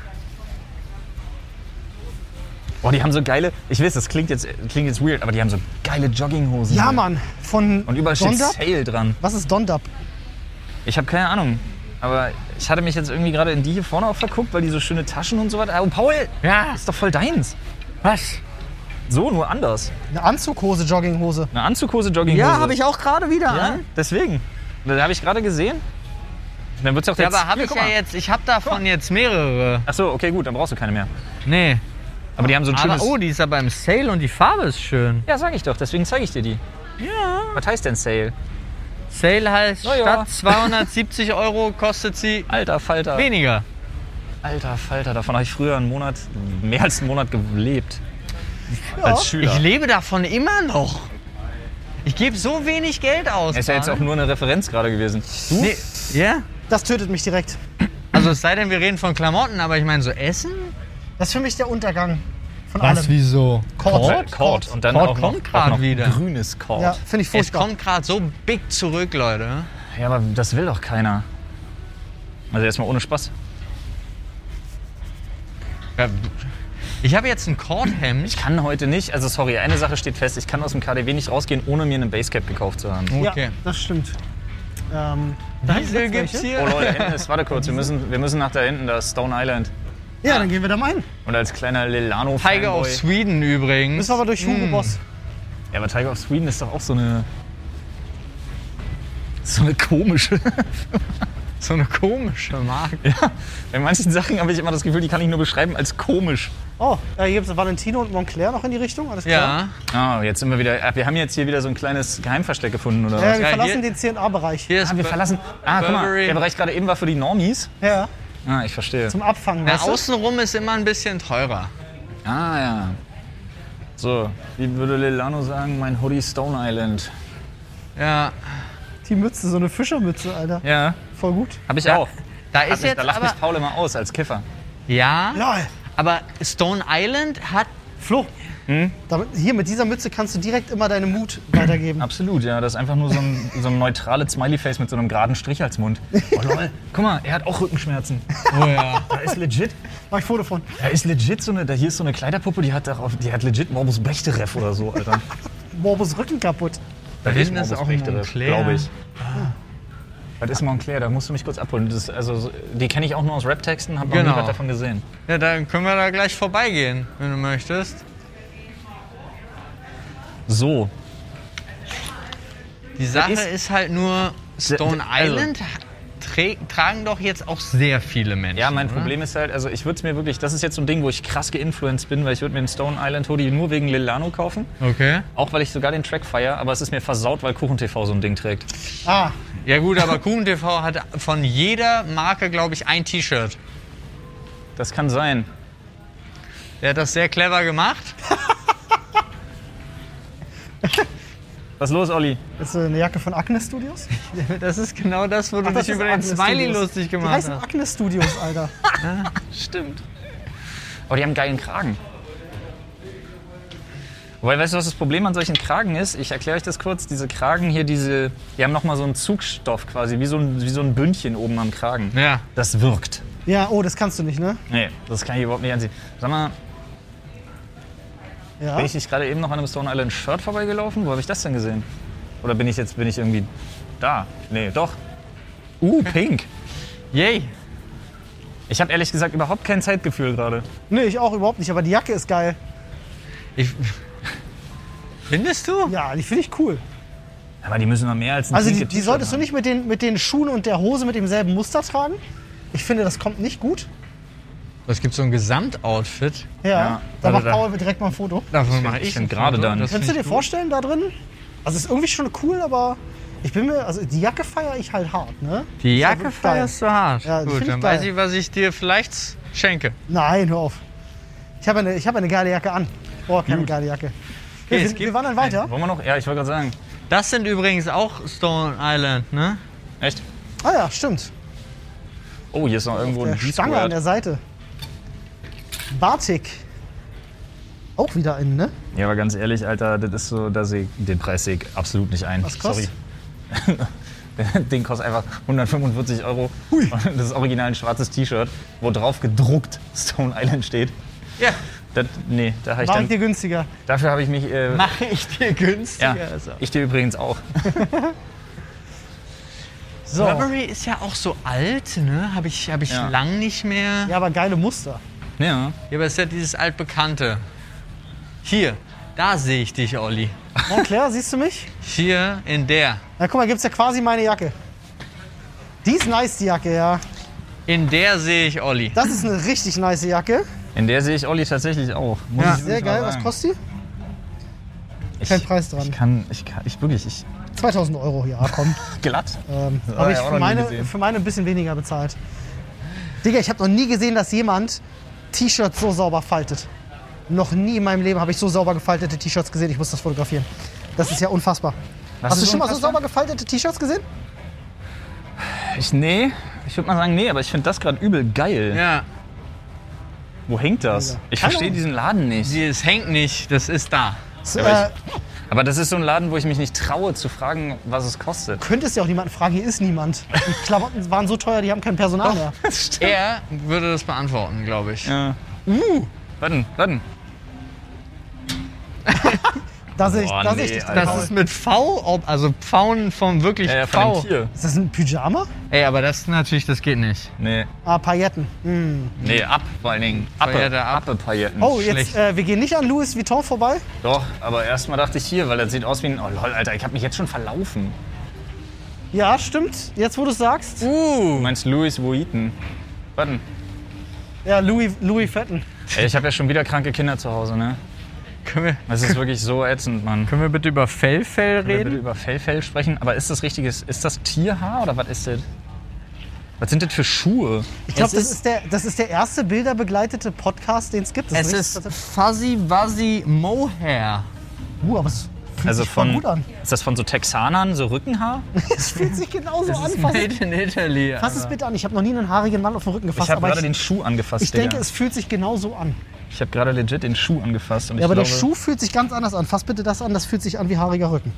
Boah, die haben so geile, ich weiß, das klingt jetzt, klingt jetzt weird, aber die haben so geile Jogginghosen. Ja, Mann, von Und überall steht Dondab? Sale dran. Was ist Dondab? Ich habe keine Ahnung. Aber ich hatte mich jetzt irgendwie gerade in die hier vorne auch verguckt, weil die so schöne Taschen und so was. Oh, Paul, Ja, das ist doch voll deins. was? So, nur anders. Eine Anzughose, Jogginghose. Eine Anzughose, Jogginghose. Ja, habe ich auch gerade wieder Ja, an. deswegen. Da habe ich gerade gesehen. Dann wird's auch Ja, jetzt. aber habe Hier, ich guck ja mal. jetzt, ich habe davon jetzt mehrere. Ach so, okay, gut, dann brauchst du keine mehr. Nee. Aber die haben so ein Aber schönes. oh, die ist aber im Sale und die Farbe ist schön. Ja, sag ich doch, deswegen zeige ich dir die. Ja. Was heißt denn Sale? Sale heißt, Na ja. statt 270 Euro kostet sie Alter Falter. weniger. Alter Falter, davon habe ich früher einen Monat, mehr als einen Monat gelebt. Als Schüler. Ich lebe davon immer noch. Ich gebe so wenig Geld aus. ist ja jetzt auch Mann. nur eine Referenz gerade gewesen. Du? Nee, ja? Das tötet mich direkt. Also es sei denn, wir reden von Klamotten, aber ich meine so Essen? Das ist für mich der Untergang von allem. wieso? Kord? Kord. Und dann Kord auch kommt noch, auch grad noch wieder. grünes Kord. Ja, Ja. finde ich Es furchtbar. kommt gerade so big zurück, Leute. aber das will doch keiner. Also erstmal ohne Spaß. Ja, Ich habe jetzt ein Cordhemd. Ich kann heute nicht, also sorry, eine Sache steht fest, ich kann aus dem KDW nicht rausgehen, ohne mir einen Basecap gekauft zu haben. Okay. Ja, das stimmt. Ähm, Diesel gibt's hier. Oh Leute, Hennis, warte kurz, wir müssen, wir müssen nach da hinten, da ist Stone Island. ja, dann gehen wir da mal hin. Und als kleiner Lilano Tiger of Fanboy- Sweden übrigens. Hm, Müssen wir aber durch Hm. Hugo Boss. Ja, aber Tiger of Sweden ist doch auch so eine. So eine komische. So eine komische Marke. Bei manchen Sachen habe ich immer das Gefühl, die kann ich nur beschreiben als komisch. Oh, äh, hier gibt es Valentino und Montclair noch in die Richtung, alles klar. Ja. Ah, jetzt sind wir wieder. ah, Wir haben jetzt hier wieder so ein kleines Geheimversteck gefunden, oder Äh, was? wir Ja, verlassen hier- den CNA-Bereich. Hier ist Ah, wir Bur- verlassen. Ah, guck mal, Burberry. der Bereich gerade eben war für die Normies. Ja, Ah, ich verstehe. zum Abfangen. Ja, weißt du? außenrum ist immer ein bisschen teurer. Ah, ja. So, wie würde Lilano sagen, mein Hoodie Stone Island. Ja. Die Mütze, so eine Fischermütze, Alter. Ja, Voll gut. habe ich auch. Da Hat ist mich, jetzt da lacht aber, mich Paul immer aus als Kiffer. ja, Lol. aber Stone Island hat Flo, Hm? damit, hier mit dieser Mütze kannst du direkt immer deine Mut weitergeben. Absolut, ja. Das ist einfach nur so ein, so ein neutrales Smiley-Face mit so einem geraden Strich als Mund. Oh lol. Guck mal, er hat auch Rückenschmerzen. Oh ja. Da ist legit, Mach ich Foto von. da ist legit so eine, da hier ist so eine Kleiderpuppe, die hat, darauf, die hat legit Morbus Bechterew oder so, Alter. Morbus Rücken kaputt. Da hinten ist auch ein Montclair. glaube ich. Ah. Das ist Montclair, da musst du mich kurz abholen. Das ist, also, so- die kenne ich auch nur aus Rap-Texten, habe noch nie Genau. was davon gesehen. Ja, dann können wir da gleich vorbeigehen, wenn du möchtest. So, Die Sache ist- ist, halt nur, Da- Stone da- also- Island trä- tragen doch jetzt auch sehr viele Menschen. Ja, mein oder? Problem ist halt, also ich würde es mir wirklich, das ist jetzt so ein Ding, wo ich krass geinfluenced bin, weil ich würde mir einen Stone Island Hoodie nur wegen Lilano kaufen. Okay. Auch weil ich sogar den Track feier, aber es ist mir versaut, weil Kuchen TV so ein Ding trägt. Ah, Ja gut, aber Kuchen TV hat von jeder Marke, glaube ich, ein T-Shirt. Das kann sein. Der hat das sehr clever gemacht. Was ist los, Olli? das ist äh, eine Jacke von Acne Studios? Das ist genau das, wo du das dich ist über den Acne Smiley Studios. lustig Die gemacht heißen hast. Acne Studios, Alter. Stimmt. Aber die haben einen geilen Kragen. Wobei, weißt du, was das Problem an solchen Kragen ist? Ich erkläre euch das kurz. Diese Kragen hier, diese, die haben nochmal so einen Zugstoff quasi, wie so ein, wie so ein Bündchen oben am Kragen. Ja. Das wirkt. ja, oh, das kannst du nicht, ne? Nee, das kann ich überhaupt nicht anziehen. Sag mal, Ja. Bin ich nicht gerade eben noch an einem Stone Island Shirt vorbeigelaufen? Wo habe ich das denn gesehen? Oder bin ich jetzt bin ich irgendwie da? Nee, doch. Uh, pink. Yay. Ich habe ehrlich gesagt überhaupt kein Zeitgefühl gerade. Nee, ich auch überhaupt nicht, aber die Jacke ist geil. Ich, findest du? Ja, die finde ich cool. Aber die müssen noch mehr als ein Also die, pinkes die T-Shirt solltest du haben. nicht mit den, mit den Schuhen und der Hose mit demselben Muster tragen. Ich finde, das kommt nicht gut. Es gibt so ein Gesamtoutfit. Ja, Ja, da also macht da- Paul direkt mal ein Foto. Davon mache find- ich, ich find ein gerade Foto, dann. das Kannst du find dir ich gut. vorstellen, da drin? Also ist irgendwie schon cool, aber ich bin mir, also die Jacke feiere ich halt hart, ne? Die Ist ja Jacke wirklich geil. feierst du hart. Ja, das Gut, find ich dann weiß geil. ich, was ich dir vielleicht schenke. Nein, hör auf. Ich habe eine, ich habe eine geile Jacke an. Boah, keine Gut. geile Jacke. Okay, wir, es sind- gibt wir wandern weiter. Wollen wir noch? Ja, ich wollte gerade sagen. Das sind übrigens auch Stone Island, ne? Echt? Ah ja, stimmt. Oh, hier ist noch irgendwo Der ein Stange an der Beatsquad. Seite. Batik. Auch wieder in, ne? Ja, aber ganz ehrlich, Alter, das ist so, da seh, den Preis sehe ich absolut nicht ein. Was kostet? Sorry. Den kostet einfach 145 Euro. Hui. Das ist original ein schwarzes T-Shirt, wo drauf gedruckt Stone Island steht. Ja. Das, nee, da habe ich War ich dann dir günstiger. Dafür habe ich mich. Äh, Mache ich dir günstiger. ja, Also. ich dir übrigens auch. So. Burberry ist ja auch so alt, ne? Habe ich, hab ich Ja. lang nicht mehr. Ja, aber geile Muster. Ja. Ja, aber es ist ja dieses altbekannte. Hier, da sehe ich dich, Olli. Montclair, siehst du mich? Hier in der. Na guck mal, gibt's ja quasi meine Jacke. Die ist nice, die Jacke, ja. In der sehe ich Olli. Das ist eine richtig nice Jacke. In der sehe ich Olli tatsächlich auch. Muss Ja. ich Sehr wirklich mal geil. Was sagen. kostet Ich, kein Preis dran. Ich kann, ich kann, ich wirklich, ich die? 2000 Euro, ja, komm. glatt. Ähm, Das hab aber ich ich auch noch für nie meine, gesehen. für meine ein bisschen weniger bezahlt. Digga, ich habe noch nie gesehen, dass jemand T-Shirts so sauber faltet. Noch nie in meinem Leben habe ich so sauber gefaltete T-Shirts gesehen. Ich muss das fotografieren. Das ist ja unfassbar. Was Hast du ist schon mal so unfassbar? sauber gefaltete T-Shirts gesehen? Ich nee, ich würde mal sagen nee, aber ich finde das gerade übel geil. Ja, Wo hängt das? Mega. Ich Keine verstehe Ahnung. diesen Laden nicht. sie, es hängt nicht, das ist da. Das, Ja, aber äh, Aber das ist so ein Laden, wo ich mich nicht traue zu fragen, was es kostet. äh, könntest ja auch niemanden fragen, hier ist niemand. Die Klamotten waren so teuer, die haben kein Personal mehr. Er würde das beantworten, glaube ich. Ja. Uh, warten, warten. Da sehe ich, Boah, da seh ich nee, dich. drin. Alter. Das ist mit V, ob- also Pfauen vom wirklich Ja, ja, von dem V. Tier. Ist das ein Pyjama? Ey, aber das natürlich, das geht nicht. Nee, Ah, Pailletten. Hm. nee, ab vor allen Dingen. Appe, Paillette, ab. Appe Pailletten. Oh, Schlecht. jetzt, äh, wir gehen nicht an Louis Vuitton vorbei. Doch, aber erstmal dachte ich hier, weil das sieht aus wie ein. Oh lol, Alter, ich habe mich jetzt schon verlaufen. Ja, stimmt. Jetzt, wo du es sagst. Du Uh, meinst Louis Vuitton. Warten. Ja, Louis, Louis Fetten. Ey, ich habe ja schon wieder kranke Kinder zu Hause, ne? Können wir, Das ist wirklich so ätzend, Mann. können wir bitte über Fellfell Wir bitte reden? über Fellfell sprechen, aber ist das richtiges, ist das Tierhaar oder was ist das? Was sind das für Schuhe? Ich glaube, Es das, ist- ist der- das ist der erste bilderbegleitete Podcast, den es gibt. Das Es richtig- ist Fuzzy Wuzzy Mohair. Uh, aber es fühlt Also sich voll von, gut an. ist das von so Texanern, so Rückenhaar? Es fühlt sich genauso Das an. ist Fass, made in Italy. fass es Alter. bitte an. Ich habe noch nie einen haarigen Mann auf den Rücken gefasst. Ich habe aber gerade ich, den Schuh angefasst, ich denke, Digga. es fühlt sich genauso an. Ich habe gerade legit den Schuh angefasst. Und Ja, ich aber der glaube, Schuh fühlt sich ganz anders an. Fass bitte das an, das fühlt sich an wie haariger Rücken.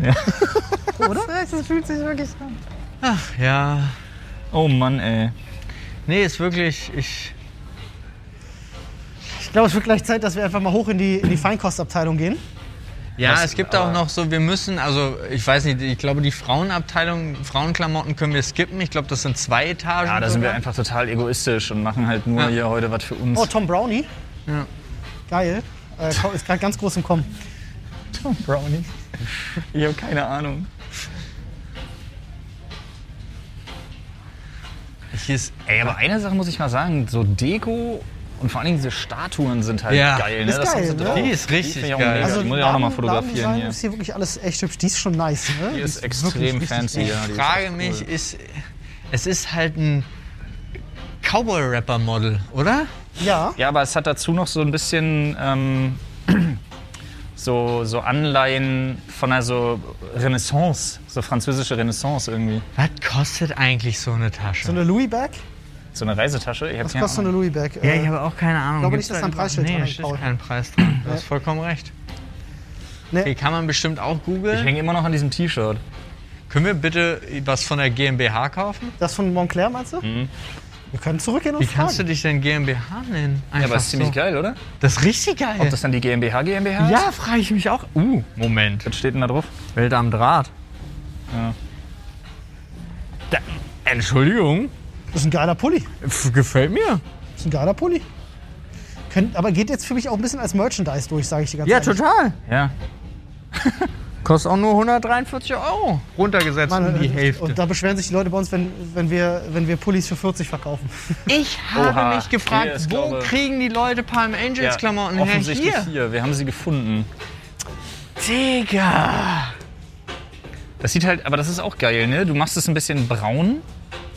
Ja. Oder? Das fühlt sich wirklich an. Ach ja. Oh Mann, ey. Nee, ist wirklich. Ich. Ich glaube, es wird gleich Zeit, dass wir einfach mal hoch in die, in die Feinkostabteilung gehen. Ja, Das- es gibt auch aber- noch so, wir müssen, also ich weiß nicht, ich glaube die Frauenabteilung, Frauenklamotten können wir skippen. Ich glaube, das sind zwei Etagen. Ja, Ah, da sind wir sogar. einfach total egoistisch und machen halt nur Ja. hier heute was für uns. Oh, Tom Brownie. Ja. Geil. Äh, ko- ist gerade ganz groß im Kommen. Tom Brownie. Ich habe keine Ahnung. Hier ist, Ey, aber eine Sache muss ich mal sagen, so Deko und vor allen Dingen diese Statuen sind halt Ja. geil, ne? Ist geil, haben sie ne? drauf. Die ist richtig find ich auch geil. mega. Also die muss ich auch nochmal Laden- fotografieren Ladendesign hier. ist hier wirklich alles echt hübsch. Die ist schon nice, ne? Die ist wirklich extrem richtig fancy, nice. ja. Die ich ist frage echt mich, cool. ist, es ist halt ein Cowboy-Rapper-Model, oder? Ja. Ja, aber es hat dazu noch so ein bisschen ähm, so, so Anleihen von einer so Renaissance, so französische Renaissance irgendwie. Was kostet eigentlich so eine Tasche? So eine Louis Bag. So eine Reisetasche. Ich hab Was keine kostet so eine Ahnung. Louis Bag? ja, Äh, ich habe auch keine Ahnung. glaube Gibt's nicht, dass da da ein Preisschild überhaupt- nee, dran da steht hängt, Paul. kein Preis dran. Du hast vollkommen recht. Nee. Die kann man bestimmt auch ich googeln. hänge immer noch an diesem T-Shirt. Können wir bitte was von der GmbH kaufen? Das von Montclair meinst du? Wir können zurückgehen und Mhm. Wie fragen. kannst du dich denn GmbH nennen? Einfach Ja, aber ist ziemlich so. geil, oder? Das ist richtig geil. Ob das dann die GmbH GmbH ist? ja, frage ich mich auch. Uh, Moment. Was steht denn da drauf? Welt am Draht. Ja. Da, Entschuldigung, das ist ein geiler Pulli. F- gefällt mir. Das ist ein geiler Pulli. Könnt, aber geht jetzt für mich auch ein bisschen als Merchandise durch, sage ich dir ganz Ja, ehrlich. total. Ja. Kostet auch nur 143 Euro. Runtergesetzt Mann, um die und- Hälfte. Und da beschweren sich die Leute bei uns, wenn, wenn, wir, wenn wir Pullis für 40 verkaufen. ich habe Oha, mich hier gefragt, ist, wo glaube- kriegen die Leute Palm Angels Klamotten her? offensichtlich Hier. hier. Wir haben sie gefunden. Digga. Das sieht halt, aber das ist auch geil, ne? Du machst es ein bisschen braun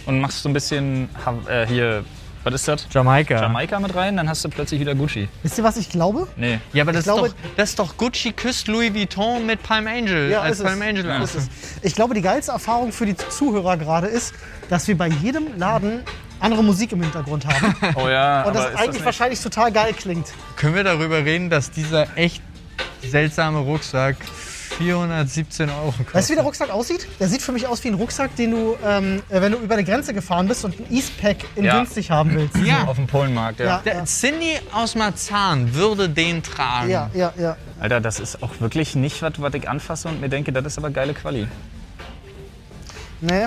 und machst so ein bisschen Ha- äh, hier, was ist das? Jamaika. Jamaika mit rein, dann hast du plötzlich wieder Gucci. Wisst ihr, was ich glaube? Nee. Ja, aber das, glaube- ist doch, das ist doch Gucci küsst Louis Vuitton mit Palm Angel. als ist es. Palm Angel. Ist es. Ich glaube, die geilste Erfahrung für die Zuhörer gerade ist, dass wir bei jedem Laden andere Musik im Hintergrund haben. Oh ja, Und das aber ist eigentlich das nicht- wahrscheinlich total geil klingt. Können wir darüber reden, dass dieser echt seltsame Rucksack 417 Euro kostet? Weißt du, wie der Rucksack aussieht? Der sieht für mich aus wie ein Rucksack, den du, ähm, äh, wenn du über eine Grenze gefahren bist und ein Eastpack in Ja. günstig haben willst. Ja. auf dem Polenmarkt, ja. Ja. Der Cindy aus Marzahn würde den tragen. Ja, ja, ja. Alter, das ist auch wirklich nicht was, was ich anfasse und mir denke, das ist aber geile Quali. Nee.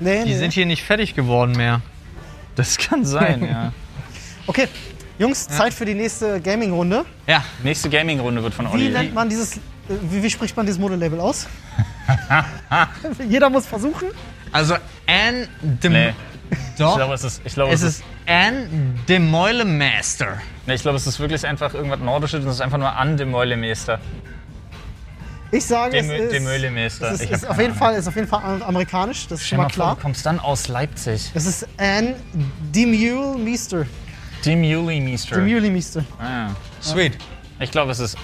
Nee, Die nee. sind hier nicht fertig geworden mehr. Das kann sein, ja. okay, Jungs, Zeit für die nächste Gaming-Runde. Ja, Nächste Gaming-Runde wird von Wie Olli. nennt man dieses, äh, wie, wie spricht man dieses Modelabel aus? Jeder muss versuchen. also Anne de... Nee. Ich Doch, glaube, es ist, ich glaube, es ist Anne de Meule Master. nee, ich glaube, es ist wirklich einfach irgendwas Nordisches und es ist einfach nur an dem Mäulemeester. Ich sage, Dem- es ist, dem Ölemeister. Es ist, Ich hab ist auf keine jeden Fall, ist auf jeden Fall amerikanisch, das ist schon mal klar. du kommst dann aus Leipzig. Das ist Anne Demule Meester. Dem Mäulemeester. Demule Meester. Ah, ja. Sweet. Ich glaube, es ist,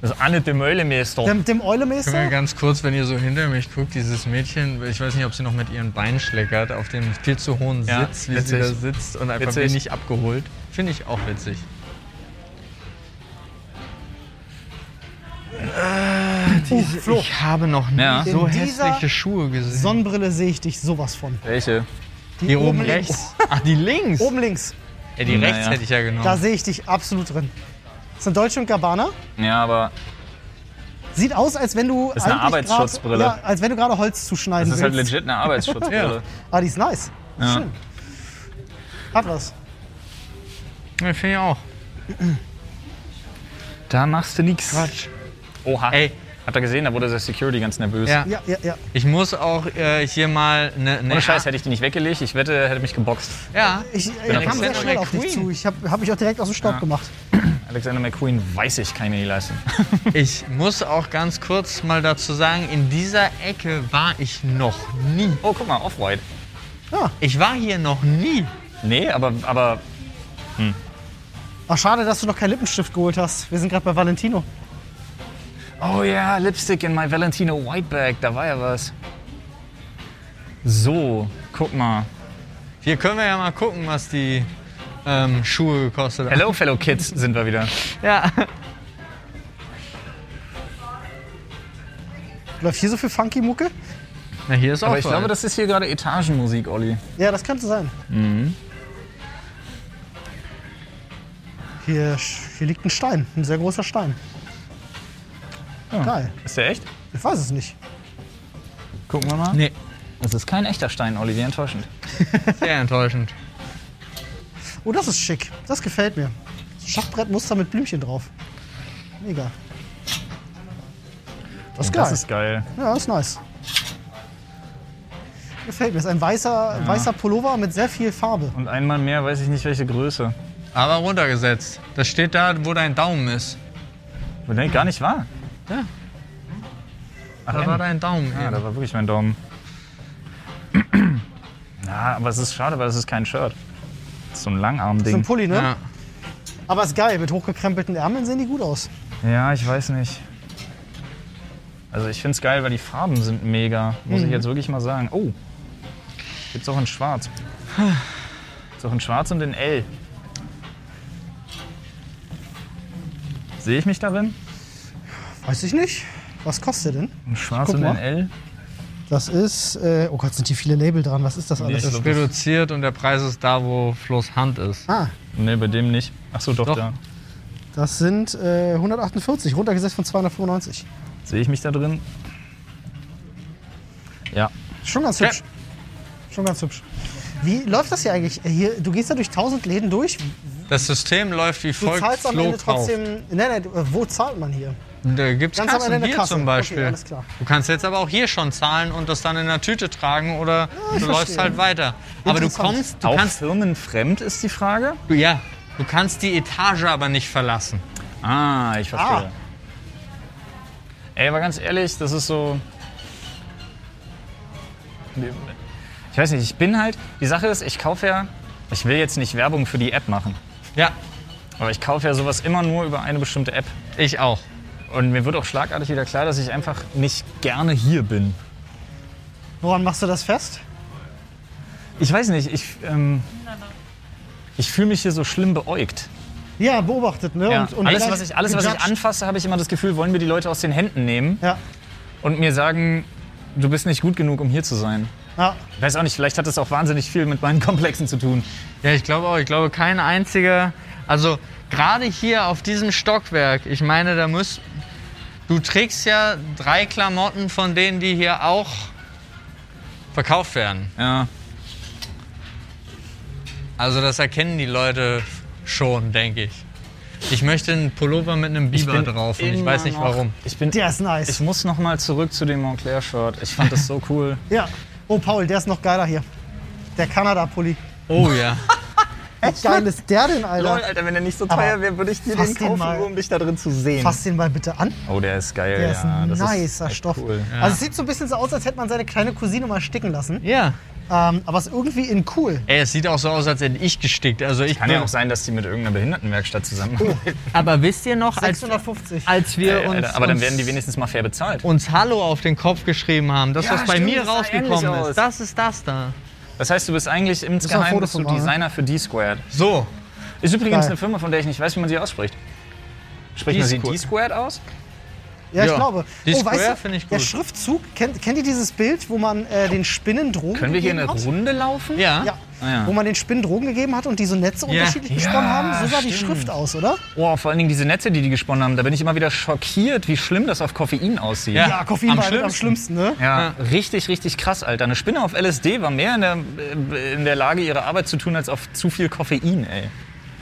es ist Anne dem Mäulemeester. Dem, dem Können wir Eulemeester? ganz kurz, wenn ihr so hinter mich guckt, dieses Mädchen, ich weiß nicht, ob sie noch mit ihren Beinen schleckert, auf dem viel zu hohen Ja, Sitz, wie sie witzig. da sitzt und einfach Witzig. wenig abgeholt. Finde ich auch witzig. Uh, Flo, Ich habe noch nie Ja. so In dieser hässliche Schuhe gesehen. Sonnenbrille sehe ich dich sowas von. Welche? Die die oben links. rechts. Ach, die links. Oben links, Ja, die rechts Naja. hätte ich ja genommen. Ah. da sehe ich dich absolut drin. Das sind Deutsche und Gabbana. Ja, aber Sieht aus, als wenn du. Ist eine eigentlich grad- Arbeitsschutzbrille. Ja, als wenn du gerade Holz zuschneiden das ist halt willst. legit eine Arbeitsschutzbrille. Ah, die ist nice. Ja. Schön. Hat was. Ja, Finde ich auch. Da machst du nix. Quatsch. Oha. Ey, Habt ihr gesehen, da wurde der Security ganz nervös. Ja. Ja, ja, ja. Ich muss auch äh, hier mal eine. Ne Ohne Scheiß hätte ich die nicht weggelegt. Ich wette, er hätte mich geboxt. Ja. Ich bin äh, kam Alexander sehr schnell auf dich McQueen. zu. Ich habe hab mich auch direkt aus dem Staub gemacht. Alexander McQueen weiß ich, kann ich mir nicht leisten. Ich muss auch ganz kurz mal dazu sagen, in dieser Ecke war ich noch nie. Oh, guck mal, Off-White. Ich war hier noch nie. Nee, aber, aber Ach, schade, dass du noch keinen Lippenstift geholt hast. Wir sind gerade bei Valentino. Oh ja, Lipstick in my Valentino White Bag, da war ja was. So, guck mal. Hier können wir ja mal gucken, was die ähm, Schuhe gekostet haben. Hello, fellow Kids, sind wir wieder. Ja. Läuft hier so viel Funky-Mucke? Na, hier ist auch Aber ich was. glaube, das ist hier gerade Etagenmusik, Olli. Ja, das könnte sein. Hier, sch- hier liegt ein Stein, ein sehr großer Stein. Ja. Geil. Ist der echt? Ich weiß es nicht. Gucken wir mal. Nee, Das ist kein echter Stein, Olli, wie enttäuschend. sehr enttäuschend. Oh, das ist schick. Das gefällt mir. Schachbrettmuster mit Blümchen drauf. Mega. Das ist geil. Das ist geil. ja, das ist nice. Gefällt mir. Ist ein weißer, weißer Pullover mit sehr viel Farbe. Und einmal mehr weiß ich nicht, welche Größe. Aber runtergesetzt. Das steht da, wo dein Daumen ist. Und nee, gar nicht wahr. Ja. Ach, Da M. war dein Daumen. Ah, ja, eben. da war wirklich mein Daumen. Na, aber es ist schade, weil es ist kein Shirt. Das ist so ein So ein Langarm-Ding. Pulli, ne? ja. Aber ist geil. Mit hochgekrempelten Ärmeln sehen die gut aus. Ja, ich weiß nicht. Also ich find's geil, weil die Farben sind mega, muss Mhm. ich jetzt wirklich mal sagen. Oh, gibt's auch in Schwarz. Gibt's auch in Schwarz und in L. Sehe ich mich darin? Weiß ich nicht. Was kostet der denn? In Schwarz Guck und in mal. L? Das ist. Äh, oh Gott, sind hier viele Label dran. Was ist das alles? Nee. Das ist reduziert und der Preis ist da, wo Flo's Hand ist. Ah, Nee, bei dem nicht. Ach so, doch, Doch. da. das sind äh, 148, runtergesetzt von 295. Sehe ich mich da drin? Ja. Schon ganz Ja. hübsch. Schon ganz hübsch. Wie läuft das hier eigentlich? Äh, Hier, du gehst da durch 1000 Läden durch. Du Das System läuft wie folgt. zahlst am Flo Ende kauft. trotzdem. Nein, nein, du- äh, wo zahlt man hier? Da gibt es Ganz am Kassen Ende eine hier Kasse. zum Okay, Beispiel. alles klar. Du kannst jetzt aber auch hier schon zahlen und das dann in der Tüte tragen oder du läufst verstehe. halt weiter. Aber du Interessant. kommst, du auch kannst, firmenfremd ist die Frage? du, ja, du kannst die Etage aber nicht verlassen. Ah, ich verstehe. Ah. Ey, aber ganz ehrlich, das ist so. Ich weiß nicht, ich bin halt. Die Sache ist, ich kaufe ja. Ich will jetzt nicht Werbung für die App machen. Ja, Aber ich kaufe ja sowas immer nur über eine bestimmte App. ich auch. Und mir wird auch schlagartig wieder klar, dass ich einfach nicht gerne hier bin. Woran machst du das fest? Ich weiß nicht, ich. Ähm, ich fühle mich hier so schlimm beäugt. Ja, beobachtet, ne? Ja. alles, gleich was ich, alles, was ich gejudged. anfasse, habe ich immer das Gefühl, wollen mir die Leute aus den Händen nehmen Ja. und mir sagen, du bist nicht gut genug, um hier zu sein. ja. Weiß auch nicht, vielleicht hat es auch wahnsinnig viel mit meinen Komplexen zu tun. Ja, ich glaube auch. Ich glaube, kein einziger. Also, gerade hier auf diesem Stockwerk, ich meine, da müsst. Du trägst ja drei Klamotten von denen, die hier auch verkauft werden. Ja. Also, das erkennen die Leute schon, denke ich. Ich möchte einen Pullover mit einem Biber drauf und ich weiß nicht warum. Ich bin. Der ist nice. Ich muss noch mal zurück zu dem Montclair-Shirt. Ich fand das so cool. ja. Oh, Paul, der ist noch geiler hier. Der Kanada-Pulli. Oh ja. Wie geil ist der denn, Alter? Alter, wenn der nicht so teuer wäre, würde ich dir fass den den kaufen, mal. nur um dich da drin zu sehen. Fass den mal bitte an. Oh, der ist geil. Der ja, ist ein das nicer echt Stoff. Cool. Also es sieht so ein bisschen so aus, als hätte man seine kleine Cousine mal sticken lassen. Ja. Ähm, aber es ist irgendwie in cool. Ey, es sieht auch so aus, als hätte ich gestickt. Also ich Kann ja auch sein, dass die mit irgendeiner Behindertenwerkstatt zusammen. Oh, Aber wisst ihr noch, als, Ah, 650. als wir Ey, uns, Alter, aber dann uns- werden die wenigstens mal fair bezahlt. uns Hallo auf den Kopf geschrieben haben, das, Ja, was bei stimmt, mir das sah rausgekommen ähnlich ist, aus. das ist das da. Das heißt, du bist eigentlich mal ein insgeheim Foto bist du von machen. Designer für D-Squared. So, Ist übrigens ne? Geil. eine Firma, von der ich nicht weiß, wie man sie ausspricht. Spricht man sie D-Squared. D-Squared aus? Ja, ich Ja. glaube. Die oh, Square weißt du, finde ich gut. Der Schriftzug, kennt, kennt ihr dieses Bild, wo man äh, den Spinnen Drogen Können wir hier gegeben eine hat? Runde laufen? ja. Ja. Ah, ja. Wo man den Spinnen Drogen gegeben hat und die so Netze Ja. unterschiedlich Ja, gesponnen haben. So sah die stimmt. Schrift aus, oder? Oh, vor allen Dingen diese Netze, die die gesponnen haben, da bin ich immer wieder schockiert, wie schlimm das auf Koffein aussieht. Ja. Ja, Koffein am war mit am schlimmsten, ne? Ja, richtig, richtig krass, Alter. Eine Spinne äh, auf LSD war mehr in der, in der Lage, ihre Arbeit zu tun, als auf zu viel Koffein, ey.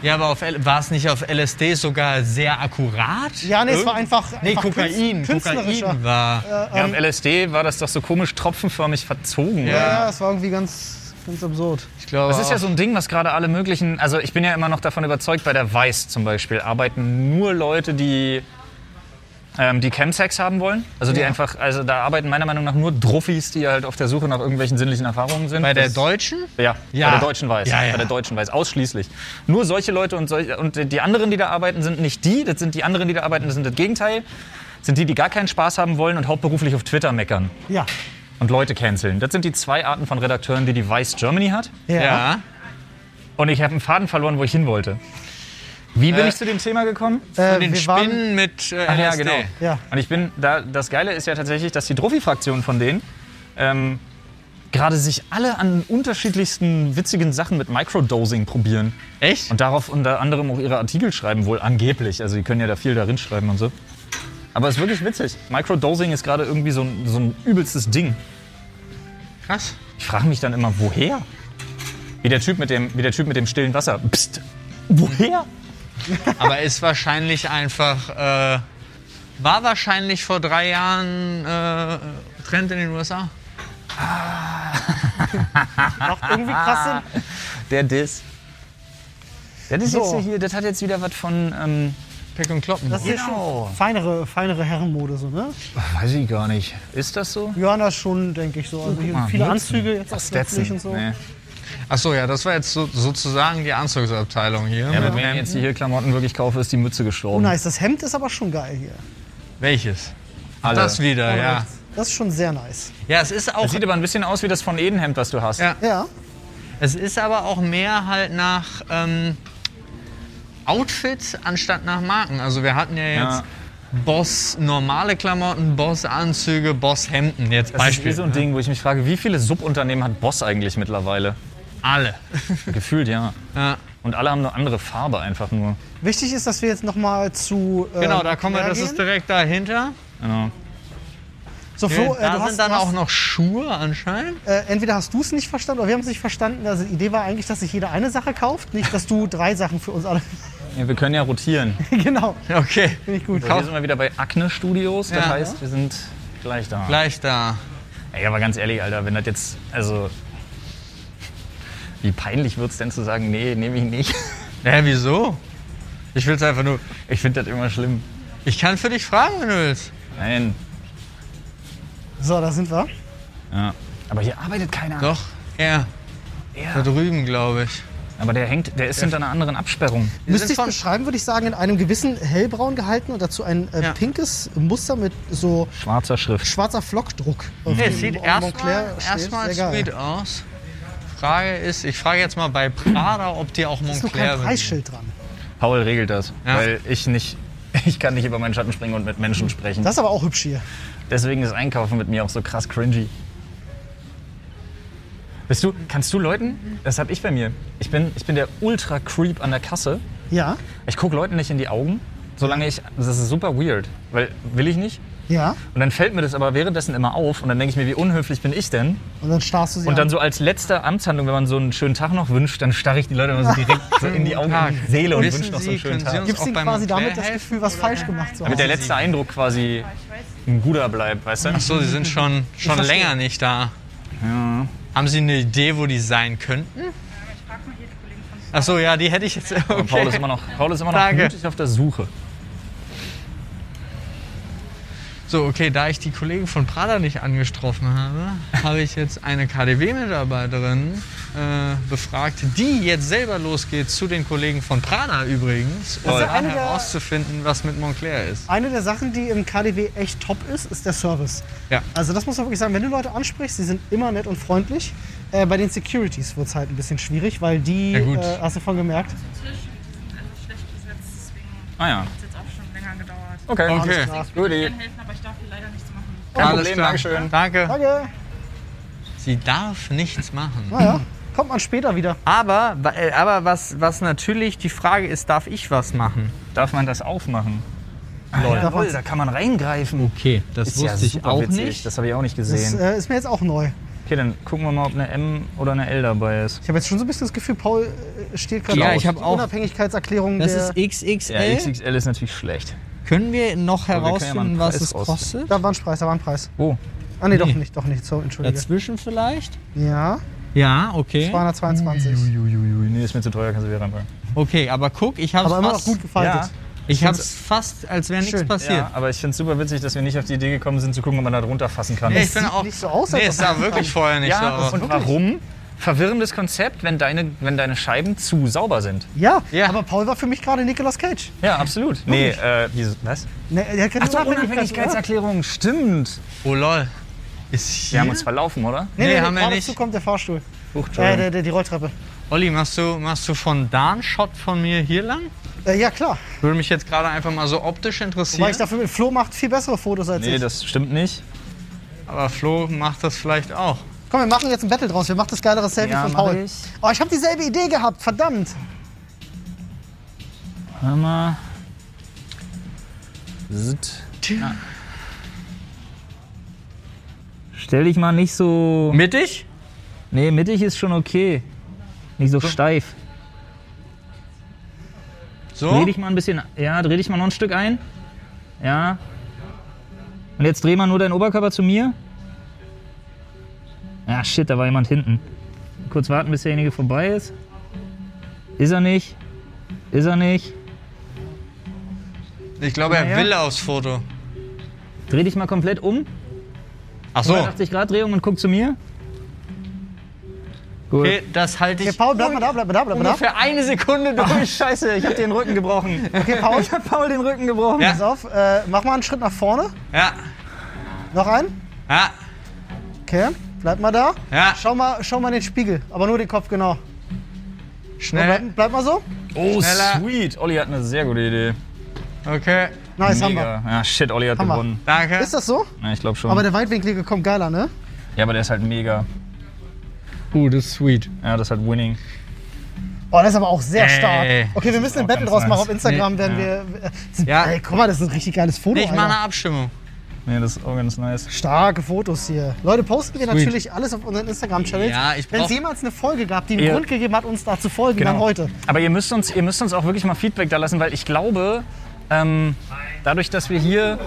Ja, aber auf L- war es nicht auf LSD sogar sehr akkurat? Ja, nee, es war Irgend- einfach- Nee, einfach Kokain. künst- künstlerischer. Kokain war. Ja, am LSD war das doch so komisch tropfenförmig verzogen. Ja. Ja, es war irgendwie ganz, ganz absurd. ich glaube. Das ist ja auch- so ein Ding, was gerade alle möglichen. Also ich bin ja immer noch davon überzeugt, bei der Weiß zum Beispiel arbeiten nur Leute, die ähm, die Chemsex haben wollen. Also die einfach, also da arbeiten meiner Meinung nach nur Druffis, die halt auf der Suche nach irgendwelchen sinnlichen Erfahrungen sind. bei der Das- Deutschen? Ja, Ja. bei der Deutschen Weiß. Ja, ja. Bei der Deutschen Weiß, ausschließlich. Nur solche Leute und, solche, und die anderen, die da arbeiten, sind nicht die. Das sind die anderen, die da arbeiten, das sind das Gegenteil. Das sind die, die gar keinen Spaß haben wollen und hauptberuflich auf Twitter meckern Ja. und Leute canceln. Das sind die zwei Arten von Redakteuren, die die Weiß Germany hat. Ja. Ja. Und ich habe einen Faden verloren, wo ich hin wollte. Wie bin Äh, ich zu dem Thema gekommen? Äh, Von den wir waren- Spinnen mit äh, Ach LSD. ja, genau. Ja. Und ich bin da. Das Geile ist ja tatsächlich, dass die Druffi-Fraktion von denen ähm, gerade sich alle an unterschiedlichsten witzigen Sachen mit Microdosing probieren. Echt? Und darauf unter anderem auch ihre Artikel schreiben, wohl angeblich. Also die können ja da viel darin schreiben und so. Aber es ist wirklich witzig. Microdosing ist gerade irgendwie so ein, so ein übelstes Ding. Krass. Ich frage mich dann immer, woher? Wie der Typ mit dem, wie der typ mit dem stillen Wasser. Psst. Woher? Aber ist wahrscheinlich einfach. Äh, war wahrscheinlich vor drei Jahren äh, Trend in den USA. Macht irgendwie krass Sinn. Der Diss. Das ist So. jetzt hier, das hat jetzt wieder was von. Ähm, Pick und Kloppen. Das ist Genau. schon feinere, feinere Herrenmode, so, ne? weiß ich gar nicht. Ist das so? Johanna schon, denke ich so. Also hier mal, viele Mützen. Anzüge jetzt auch plötzlich und so. ne? Nee. Achso, ja, das war jetzt so, sozusagen die Anzugsabteilung hier. Ja, Mit wenn ich jetzt hier Klamotten wirklich kaufe, ist die Mütze Oh gestorben. nice, das Hemd ist aber schon geil hier. Welches? Alle. Das wieder, ja. Das ist schon sehr nice. Ja, es ist auch. Sieht aber ein bisschen aus wie das von Edenhemd, was du hast. Ja. Ja. Es ist aber auch mehr halt nach ähm, Outfit anstatt nach Marken. Also wir hatten ja jetzt Ja. Boss normale Klamotten, Boss Anzüge, Boss Hemden. Jetzt Das ist eh Beispiel. so ein Ding, wo ich mich frage, wie viele Subunternehmen hat Boss eigentlich mittlerweile? Alle. Gefühlt ja. ja. Und alle haben eine andere Farbe einfach nur. Wichtig ist, dass wir jetzt nochmal zu. äh, Genau, da kommen wir. Das gehen. ist direkt dahinter. Genau. So, Flo, äh, da du sind hast, dann du hast, auch noch Schuhe anscheinend. Äh, entweder hast du es nicht verstanden oder wir haben es nicht verstanden. Also die Idee war eigentlich, dass sich jeder eine Sache kauft, nicht, dass du drei Sachen für uns alle. Ja, wir können ja rotieren. genau, Okay. finde ich gut. Hier sind wir wieder bei Acne Studios. Das Ja. heißt, wir sind gleich da. Gleich da. Ey, aber ganz ehrlich, Alter, wenn das jetzt, also, wie peinlich wird's denn zu sagen, nee, nehme ich nicht. Hä, wieso? Ich will's einfach nur. Ich finde das immer schlimm. Ich kann für dich fragen, wenn du willst. Nein. So, da sind wir. Ja. Aber hier arbeitet Ah. keiner. Doch, er. Da Ja. drüben, glaube ich. Aber der hängt, der ist hinter einer anderen Absperrung. Wir Müsste sind ich von- beschreiben, würde ich sagen, in einem gewissen hellbraun gehalten und dazu ein äh, Ja. pinkes Muster mit so Schwarzer Schrift. schwarzer Flockdruck. auf Ja, dem es sieht Montclair erstmal Hm, steht. erstmal Sehr geil. sweet aus. Frage ist, ich frage jetzt mal bei Prada, ob die auch Ist nur Montclair kein bedienen. Preisschild dran. Paul regelt das, Ja. weil ich nicht, ich kann nicht über meinen Schatten springen und mit Menschen sprechen. Das ist aber auch hübsch hier. Deswegen ist Einkaufen mit mir auch so krass cringy. Bist du, kannst du Leuten? Das hab ich bei mir. Ich bin, ich bin der Ultra-Creep an der Kasse. Ja, Ich gucke Leuten nicht in die Augen, solange ich. Das ist super weird, weil will ich nicht. ja. Und dann fällt mir das aber währenddessen immer auf und dann denke ich mir, wie unhöflich bin ich denn? Und dann starrst du sie Und dann an. so als letzte Amtshandlung, wenn man so einen schönen Tag noch wünscht, dann starre ich die Leute immer so direkt so in die Augen, in die Seele und Wissen wünsche noch so einen Sie, schönen können Sie Tag. uns- Gibst auch ihnen beim quasi Montclair damit das helfen Gefühl, was falsch gemacht zu haben. Damit der letzte Eindruck quasi ein guter bleibt, weißt du? Ach so, sie sind schon, schon verstehe. länger nicht da. Haben Sie eine Idee, wo die sein könnten? Ach so, ja, die hätte ich jetzt. Okay. Paul ist immer noch, Paul ist immer noch Danke. mutig auf der Suche. So, okay, da ich die Kollegen von Prada nicht angestroffen habe, habe ich jetzt eine KDW-Mitarbeiterin äh, befragt, die jetzt selber losgeht zu den Kollegen von Prada übrigens, um Das ist dann eine der- herauszufinden, was mit Montclair ist. Eine der Sachen, die im KDW echt top ist, ist der Service. Ja. Also das muss man wirklich sagen, wenn du Leute ansprichst, sie sind immer nett und freundlich. Äh, bei den Securities wird es halt ein bisschen schwierig, weil die, Ja, gut. äh, hast du von gemerkt, Tisch und die sind einfach schlecht besetzt, deswegen Ah ja. hat es jetzt auch schon länger gedauert. Okay. Genau, Okay. klar. Ich Guti. kann helfen, aber ich darf hier leider nichts machen. Kein Alles Problem, klar. Dankeschön. Danke. danke, Sie darf nichts machen. naja, kommt man später wieder. Aber, äh, aber was, was natürlich die Frage ist, darf ich was machen? Darf man das aufmachen? Lol, da kann man reingreifen. Okay, das Das äh, habe ich auch nicht Das gesehen. äh, ist mir jetzt auch neu. Okay, dann gucken wir mal, ob eine M oder eine L dabei ist. Ich habe jetzt schon so ein bisschen das Gefühl, Paul äh, steht gerade Ja, auf ich hab die auch- Unabhängigkeitserklärung Das der. ist XXL. Ja, XXL ist natürlich schlecht. Können wir noch wir können ja mal einen herausfinden, was Preis es rausfinden. kostet? da war ein Preis, da war ein Preis. Oh, Ah, nee, doch Nee. nicht, doch nicht. So, entschuldige. dazwischen vielleicht? ja, Ja, okay. 222. Uiuiui, nee, ist mir zu teuer, kannst du wieder reinpacken. Okay, aber guck, ich hab's Aber immer noch fast, gut gefaltet. ich hab's fast als wäre nichts Schön. passiert. Ja, aber ich finde es super witzig, dass wir nicht auf die Idee gekommen sind, zu gucken, ob man da drunter fassen kann. Nee, ich Es bin sieht auch- nicht so aus, Nee, als es ob- sah wirklich vorher nicht so Ja, aus. und warum? Verwirrendes Konzept, wenn deine, wenn deine Scheiben zu sauber sind. Ja, Ja. aber Paul war für mich gerade Nicolas Cage. Ja, absolut. Nee, äh, wieso- was? Nee, er hat keine Ach so, oder? Unabhängigkeitserklärung, stimmt. Oh lol. Ist hier? Wir haben uns verlaufen, oder? Nee, nee, Nee, nee, haben wir gerade nicht. Dazu kommt der Fahrstuhl. Huch, Äh, Entschuldigung. der, der, die Rolltreppe. Olli, machst du, machst du von da einen Shot von mir hier lang? Äh, ja, klar. Würde mich jetzt gerade einfach mal so optisch Weil interessieren. ich dafür mit Flo macht viel bessere Fotos als Nee, ich. das stimmt nicht. aber Flo macht das vielleicht auch. Komm, wir machen jetzt ein Battle draus. Wir machen das geilere Selfie Ja, von mach Paul. ich. Oh, ich habe dieselbe Idee gehabt. Verdammt. Warte mal. Sit. Ja. Stell dich mal nicht so. Mittig? Nee, mittig ist schon okay. Nicht so steif. So? Dreh dich mal ein bisschen. Ja, dreh dich mal noch ein Stück ein. Ja. Und jetzt dreh mal nur deinen Oberkörper zu mir. Ja, shit, da war jemand hinten. Kurz warten, bis derjenige vorbei ist. Ist er nicht? Ist er nicht? Ich glaube, er Ja, ja. will aufs Foto. Dreh dich mal komplett um. Ach so. 180 Grad Drehung und guck zu mir. Gut. Okay, das halte Okay, ich Paul, bleib mal da, bleib mal da, bleib mal da. ungefähr eine Sekunde durch. Scheiße, ich hab den Rücken gebrochen. Okay, Paul, hab Paul den Rücken gebrochen. Ja. pass auf. Äh, mach mal einen Schritt nach vorne. Ja, Noch einen. ja, Okay, bleib mal da. ja. Schau mal, schau mal in den Spiegel, aber nur den Kopf genau. Schnell. Bleib, bleib mal so. Oh, Schneller. sweet. Olli hat eine sehr gute Idee. Okay, Nice, haben Mega. Ja, shit, Olli hat wir. gewonnen. danke. wir. Ist das so? Ja, ich glaube schon. Aber der Weitwinklige kommt geiler, ne? ja, aber der ist halt mega. Uh, das ist sweet. Ja, das ist halt winning. Oh, das ist aber auch sehr Ey, stark. Okay, wir müssen ein Battle ganz draus machen. nice. Auf Instagram werden wir. Äh, Ja. Ey, guck mal, das ist ein richtig geiles Foto. Nee, ich mache eine Alter. Abstimmung. Nee, das ist auch ganz nice. Starke Fotos hier. Leute, posten wir natürlich alles auf unseren Instagram-Channel. Ja, ich Wenn es brauch- jemals eine Folge gab, die einen Ihr- Grund gegeben hat, uns da zu folgen, Genau. Genau. dann heute. Aber ihr müsst, uns, ihr müsst uns auch wirklich mal Feedback da lassen, weil ich glaube, ähm, dadurch, dass wir hier,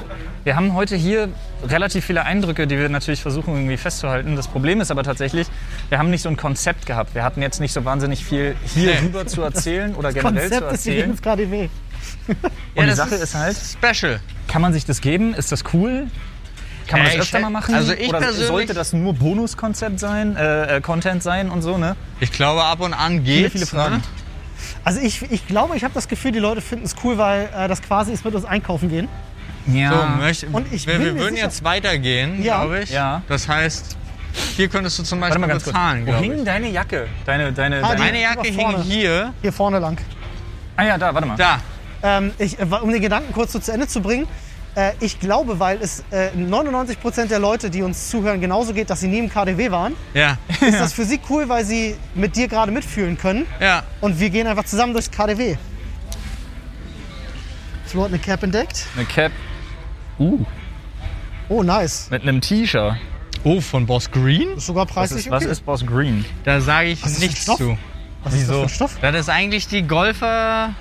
wir haben heute hier relativ viele Eindrücke, die wir natürlich versuchen irgendwie festzuhalten. Das Problem ist aber tatsächlich, wir haben nicht so ein Konzept gehabt. Wir hatten jetzt nicht so wahnsinnig viel hier rüber zu erzählen oder generell zu Konzept ist erzählen. übrigens KDW. Ja, die das Sache ist halt- Special. Kann man sich das geben? Ist das cool? Kann man Ja, das ich öfter mal schätz- machen? also ich Oder persönlich- sollte das nur Bonuskonzept sein, äh, äh, Content sein und so, ne? Ich glaube, ab und an geht's. viele Fragen. Ne? Also ich, ich glaube, ich habe das Gefühl, die Leute finden es cool, weil äh, das quasi ist mit uns einkaufen gehen. So, Ja. möcht, Und ich wir, bin wir mir würden sicher- jetzt weitergehen, Ja. glaube ich. Ja. Das heißt, hier könntest du zum Warte Beispiel mal ganz kurz. bezahlen, Wo glaube hing ich. deine Jacke? Deine, deine, Ah, die- deine. Meine Jacke Nach hing vorne. hier. Hier vorne lang. Ah ja, da, warte mal. Da. Ähm, ich, äh, um den Gedanken kurz so zu Ende zu bringen. Äh, ich glaube, weil es äh, 99% der Leute, die uns zuhören, genauso geht, dass sie nie im KDW waren, Ja. ist das für sie cool, weil sie mit dir gerade mitfühlen können. Ja. Und wir gehen einfach zusammen durchs KDW. Flo hat eine Cap entdeckt. Eine Cap. Uh, Oh, nice. mit einem T-Shirt. Oh, von Boss Green? Ist sogar Was, preislich ist- was okay. ist Boss Green? Da sage ich ist das für ein nichts Stoff? zu. was ist das für ein Stoff? Das ist eigentlich die Golfer.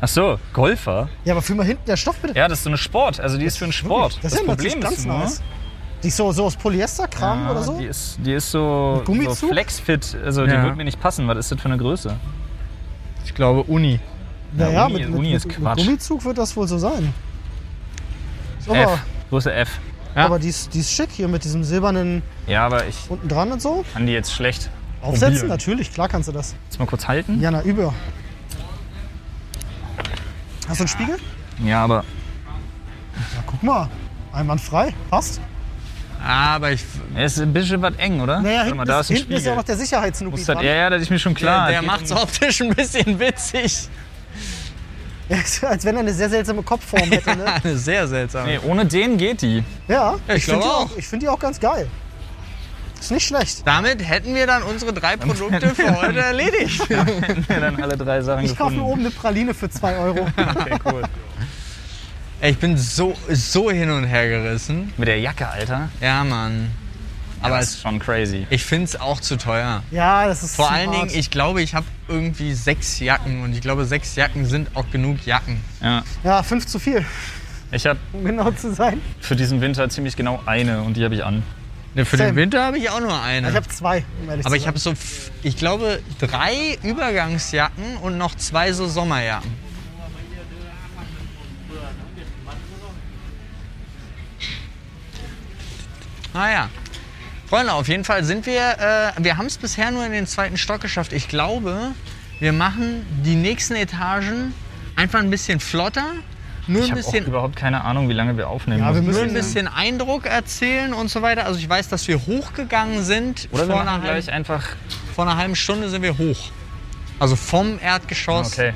Ach so, Golfer? Ja, aber fühl mal hinten der Stoff bitte. Ja, das ist so eine Sport. Also die ist für einen Sport. Das, ist ja Problem ganz nice. Die ist so, so aus Polyesterkram Ja, oder so? Ah, Die ist, die ist so, so Gummizug? flexfit. Also die Ja. wird mir nicht passen. Was ist das für eine Größe? Ich glaube, Uni. Ja, Uni- Uni ist Quatsch. Gummizug wird das wohl so sein. So, F. Aber, Größe F. Ja. aber die ist, die ist schick hier mit diesem silbernen Ja, aber ich unten dran und so. kann die jetzt schlecht Aufsetzen, probieren. natürlich, klar kannst du das. Jetzt mal kurz halten. Jana, über. Hast du einen Spiegel? Ja, aber Ja, guck mal. Einwandfrei, passt. Aber ich. es ist ein bisschen was eng, oder? Naja, Warte hinten, mal, da ist, ist ein hinten ist ja auch Spiegel. noch der Sicherheitsnubi Muss das, dran. ja, ja, das ist mir schon klar. der Geht macht's um- optisch ein bisschen witzig. Als wenn er eine sehr seltsame Kopfform hätte. Ne? Sehr seltsam. Nee, ohne den geht die. Ja, Ja, ich finde die, glaube auch- auch. ich find die auch ganz geil. Ist nicht schlecht. Damit hätten wir dann unsere drei Produkte für heute erledigt. Ja, dann alle drei Sachen Ich kaufe gefunden. mir oben eine Praline für 2 Euro. Okay, cool. Ey, Ich bin so, so hin und her gerissen. Mit der Jacke, Alter. Ja, Mann. Aber das ist es, schon crazy. ich finde es auch zu teuer. Ja, das ist Vor zu allen hart. Dingen, ich glaube, ich habe irgendwie sechs Jacken und ich glaube, sechs Jacken sind auch genug Jacken. Ja. Ja, fünf zu viel, Ich habe um genau zu sein. für diesen Winter ziemlich genau eine und die habe ich an. Ne, für Same. den Winter habe ich auch nur eine. Ich habe zwei, um ehrlich Aber zu ich sein. habe so, f- ich glaube, drei Übergangsjacken und noch zwei so Sommerjacken. Ah ja. Freunde, auf jeden Fall sind wir, äh, wir haben es bisher nur in den zweiten Stock geschafft. Ich glaube, wir machen die nächsten Etagen einfach ein bisschen flotter, nur Ich ein habe auch bisschen überhaupt keine Ahnung, wie lange wir aufnehmen Ja, wir müssen. nur müssen ein bisschen Eindruck erzählen und so weiter. Also ich weiß, dass wir hochgegangen sind. Oder wir vor machen einer halben- gleich einfach. vor einer halben Stunde sind wir hoch. Also vom Erdgeschoss Okay.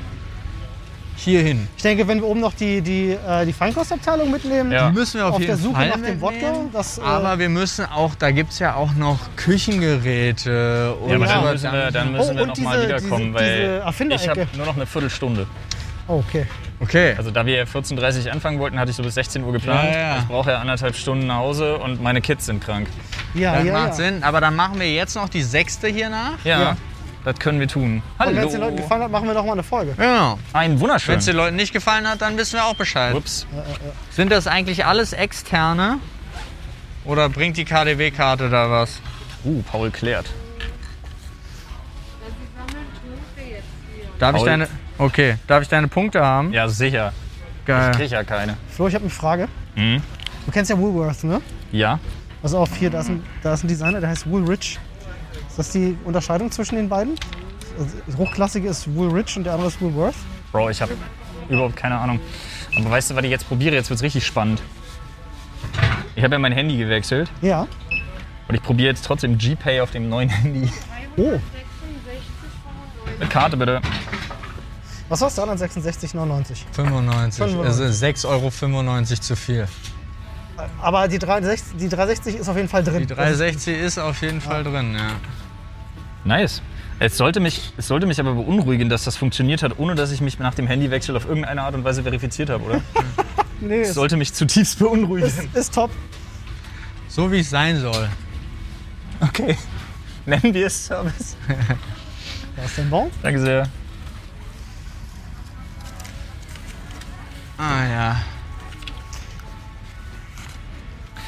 hierhin. Ich denke, wenn wir oben noch die, die, äh, die Feinkostabteilung mitnehmen, Ja. Die müssen wir auf, Auf jeden der Suche Fall nach dem Wodka, mitnehmen. das, äh, aber wir müssen auch, da gibt es ja auch noch Küchengeräte und Ja, aber so dann müssen weiter. wir, dann müssen Oh, wir und nochmal diese- wiederkommen, diese- diese weil ich Erfinderecke. habe nur noch eine Viertelstunde. oh, okay. Okay. Also da wir 14.30 Uhr anfangen wollten, hatte ich so bis 16 Uhr geplant. Ja, ja. Ich brauche ja anderthalb Stunden nach Hause und meine Kids sind krank. Ja, das ja, macht ja. Sinn. Aber dann machen wir jetzt noch die sechste hier nach. Ja, Ja. das können wir tun. Und wenn es den Leuten Hallo. gefallen hat, machen wir noch mal eine Folge. Genau. Ein Wenn es den wunderschönen. Leuten nicht gefallen hat, dann wissen wir auch Bescheid. Ups. Sind das eigentlich alles externe? Oder bringt die KDW-Karte da was? Uh, Paul klärt. Darf ich Paul. deine. Okay, darf ich deine Punkte haben? Ja, sicher. Ich Geil. krieg ja keine. Flo, ich habe eine Frage. Mhm. Du kennst ja Woolworth, ne? Ja? Pass auf, hier, da ist Mhm. ein, da ist ein Designer, der heißt Woolrich. Ist das die Unterscheidung zwischen den beiden? Also, das Hochklassige ist Woolrich und der andere ist Woolworth. Bro, ich habe überhaupt keine Ahnung. Aber weißt du, was ich jetzt probiere? Jetzt wird's richtig spannend. Ich habe ja mein Handy gewechselt Ja. und ich probiere jetzt trotzdem G-Pay auf dem neuen Handy. Oh, Mit Karte bitte. was war's da dann? 66,99. 95. Es ist 6,95 Euro zu viel. Aber die 360, die 360 ist auf jeden Fall drin. Also, Die 360 ist auf jeden Fall drin, ja. Nice. Es sollte, mich, es sollte mich aber beunruhigen, dass das funktioniert hat, ohne dass ich mich nach dem Handywechsel auf irgendeine Art und Weise verifiziert habe, oder? nee, Es ist, sollte mich zutiefst beunruhigen. ist, ist top. So wie es sein soll. Okay. Nennen wir es Service. Was denn bon? Danke sehr. Ah ja.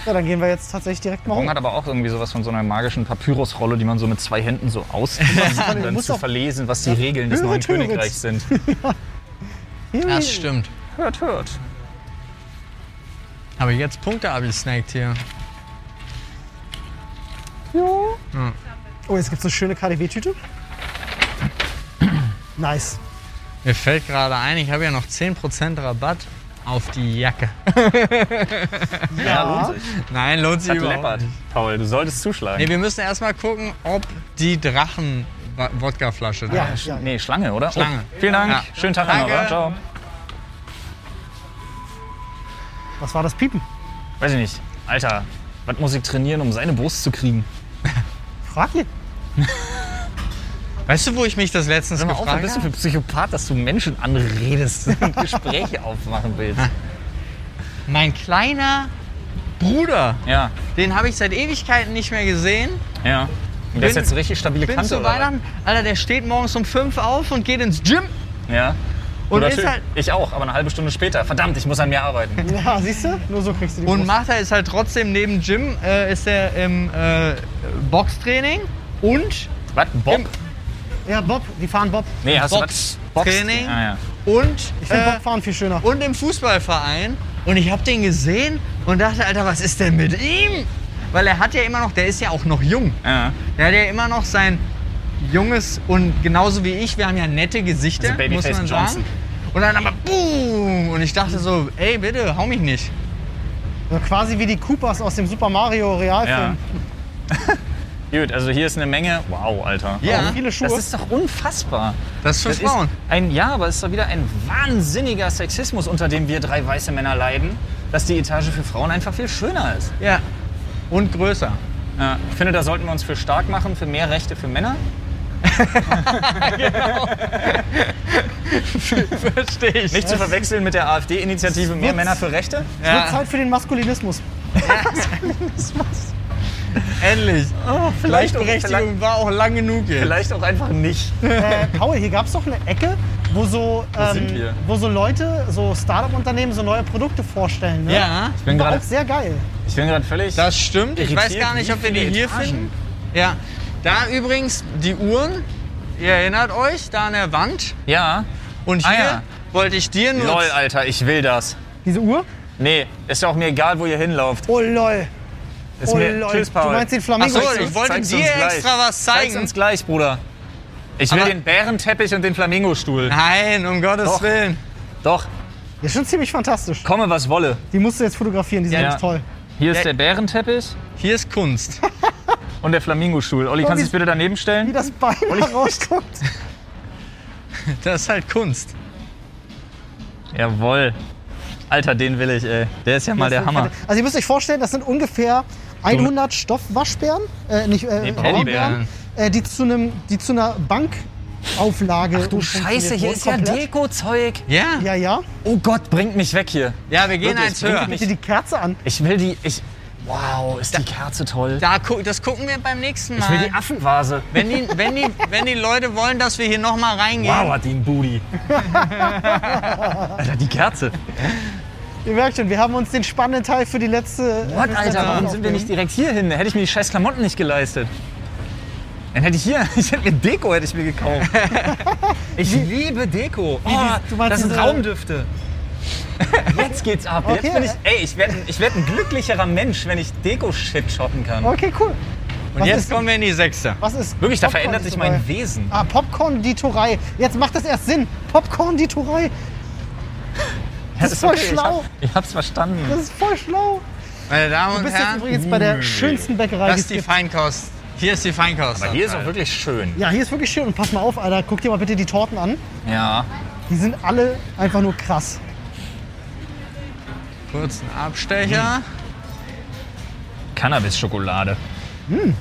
Ja, dann gehen wir jetzt tatsächlich direkt mal Bong hoch. hat aber auch irgendwie sowas von so einer magischen Papyrusrolle, die man so mit zwei Händen so auszieht, um dann muss zu auch- verlesen, was die Regeln des Hört, neuen hört. Königreichs sind. Hm. Das stimmt. Hört, hört. Aber jetzt Punkte abgesnackt hier. Oh, jetzt gibt's eine schöne KDW-Tüte. Nice. Mir fällt gerade ein, ich habe ja noch 10% Rabatt auf die Jacke. Ja, lohnt sich. Nein, lohnt sich Hat überhaupt Leppert. nicht. Paul, du solltest zuschlagen. Nee, wir müssen erstmal gucken, ob die Drachen-Wodkaflasche da Ja, ist. ja. Nee, Schlange, oder? Schlange. Oh, vielen Dank. Ja. Schönen Tag Danke. noch. oder? Ciao. Was war das Piepen? Weiß ich nicht. Alter, was muss ich trainieren, um seine Brust zu kriegen? Frag ihn. Weißt du, wo ich mich das letztens Hör mal auf, was gefragt bist du habe? für ein Psychopath, dass du Menschen anredest und Gespräche aufmachen willst? Mein kleiner Bruder, Ja, den habe ich seit Ewigkeiten nicht mehr gesehen. ja. Und der ist Bin- jetzt eine richtig stabile Bin Kante, zu oder was? Weihnachten, Alter, der steht morgens um 5 auf und geht ins Gym. Ja. Und Oder ist Typ. halt- ich auch, aber eine halbe Stunde später. Verdammt, ich muss an mir arbeiten. Ja, siehst du? Nur so kriegst du die Und Brust. macht er ist halt trotzdem neben Jim, äh, ist er im äh, Boxtraining und, Was? Bob? Ja, Bob. Die fahren Bob. Nee, hast Box- du was? Box- Training? Ah, ja. und, Ich finde äh, Bob fahren viel schöner. und im Fußballverein. Und ich habe den gesehen und dachte, Alter, was ist denn mit ihm? Weil er hat ja immer noch, der ist ja auch noch jung. ja. Der hat ja immer noch sein junges und genauso wie ich, wir haben ja nette Gesichter, Also muss Babyface man sagen. Johnson. Und dann aber boom! Und ich dachte so, ey, bitte, hau mich nicht. So quasi wie die Coopers aus dem Super Mario ja. Realfilm. Gut, also hier ist eine Menge. Wow, Alter. Ja, Auch viele Schuhe. Das ist doch unfassbar. das ist für Das ist Frauen. ein, ja, aber es ist doch wieder ein wahnsinniger Sexismus, unter dem wir drei weiße Männer leiden, dass die Etage für Frauen einfach viel schöner ist. Ja. Und größer. Ja, ich finde, da sollten wir uns für stark machen, für mehr Rechte für Männer. Verstehe ich. Nicht zu verwechseln mit der AfD-Initiative Mehr wird's- Männer für Rechte. Es wird Zeit für den Maskulinismus. Endlich. vielleicht- Gleichberechtigung war auch lang genug jetzt. Vielleicht auch einfach nicht. Äh, Paul, hier gab es doch eine Ecke, wo so, sind ähm, wir? wo so Leute, so Startup-Unternehmen, so neue Produkte vorstellen. Ne? Ja, Ich bin War auch gerade sehr geil. ich bin gerade völlig. das stimmt. Ich weiß Irritiert, gar nicht, wie ob wir die viele hier Etagen? finden. Ja, da übrigens die Uhren. Ihr erinnert euch, da an der Wand. ja. Und Ah, hier ja. wollte ich dir nur... Lol, Alter, ich will das. Diese Uhr? Nee, ist auch mir egal, wo ihr hinlauft. Oh lol. Ist oh mir, lol. Tschüss, Paul. Du meinst den Flamingo? Ach so, ich wollte Zeig's dir uns gleich. extra was zeigen. Zeig's uns gleich, Bruder. Ich will Aber- den Bärenteppich und den Flamingo-Stuhl. Nein, um Gottes Doch. Willen. Doch, ja, schon ziemlich fantastisch. komme, was wolle. Die musst du jetzt fotografieren, die sind Ja. echt toll. Hier ist Ja. der Bärenteppich Hier ist Kunst. und der Flamingo-Stuhl. Olli, kannst du wie- dich bitte daneben Wie stellen? das Bein mal rausguckt. Das ist halt Kunst. Jawoll. Alter, den will ich, ey. Der ist ja mal der Hammer. Also ihr müsst euch vorstellen, das sind ungefähr 100 Stoffwaschbären, äh, nicht äh, Nee, Braunbären, Teddybären. äh, die zu einem, die zu einer Bankauflage. Ach Deko-Zeug. Ja, Ja, ja, ja. Oh Gott, bringt mich weg hier. wir gehen Wirklich, eins bringt höher. mich- Guck dir die Kerze an. Ich will die, ich... Wow, ist die Kerze toll. Da, gu- das gucken wir beim nächsten Ich will die Mal. Affenvase. Wenn die, wenn, die, wenn die Leute wollen, dass wir hier nochmal reingehen. Wow, hat die einen Booty. Alter, die Kerze. Ihr merkt schon, wir haben uns den spannenden Teil für die letzte. What, Alter, warum sind wir nicht direkt hier hin? Hätte ich mir die scheiß Klamotten nicht geleistet. Dann hätte ich hier, ich hätte mir Deko hätte ich mir gekauft. Ich liebe Deko. Oh, die- du meinst das sind diese- Raumdüfte. Jetzt geht's ab. Jetzt Okay. bin ich, ey, ich werde ich werd ein glücklicherer Mensch, wenn ich Deko-Shit shoppen kann. Okay, cool. Und jetzt ist- kommen wir in die sechste. Was ist? Wirklich, da Popcorn verändert sich ist mein dabei. Wesen. Ah, Popcorn-Dieterei. Jetzt macht das erst Sinn. Popcorn-Dieterei. Das ist voll schlau. Ich, hab, ich hab's verstanden. Das ist voll schlau. Meine Damen Du und bist jetzt Herren, übrigens bei der schönsten Bäckerei, das die es ist die gibt. Feinkost. Hier ist die Feinkost. Aber hier ist auch wirklich schön. Ja, hier ist wirklich schön. Und pass mal auf, Alter. Guck dir mal bitte die Torten an. Ja. Die sind alle einfach nur krass. Kurz ein Abstecher. Cannabis-Schokolade. Hm.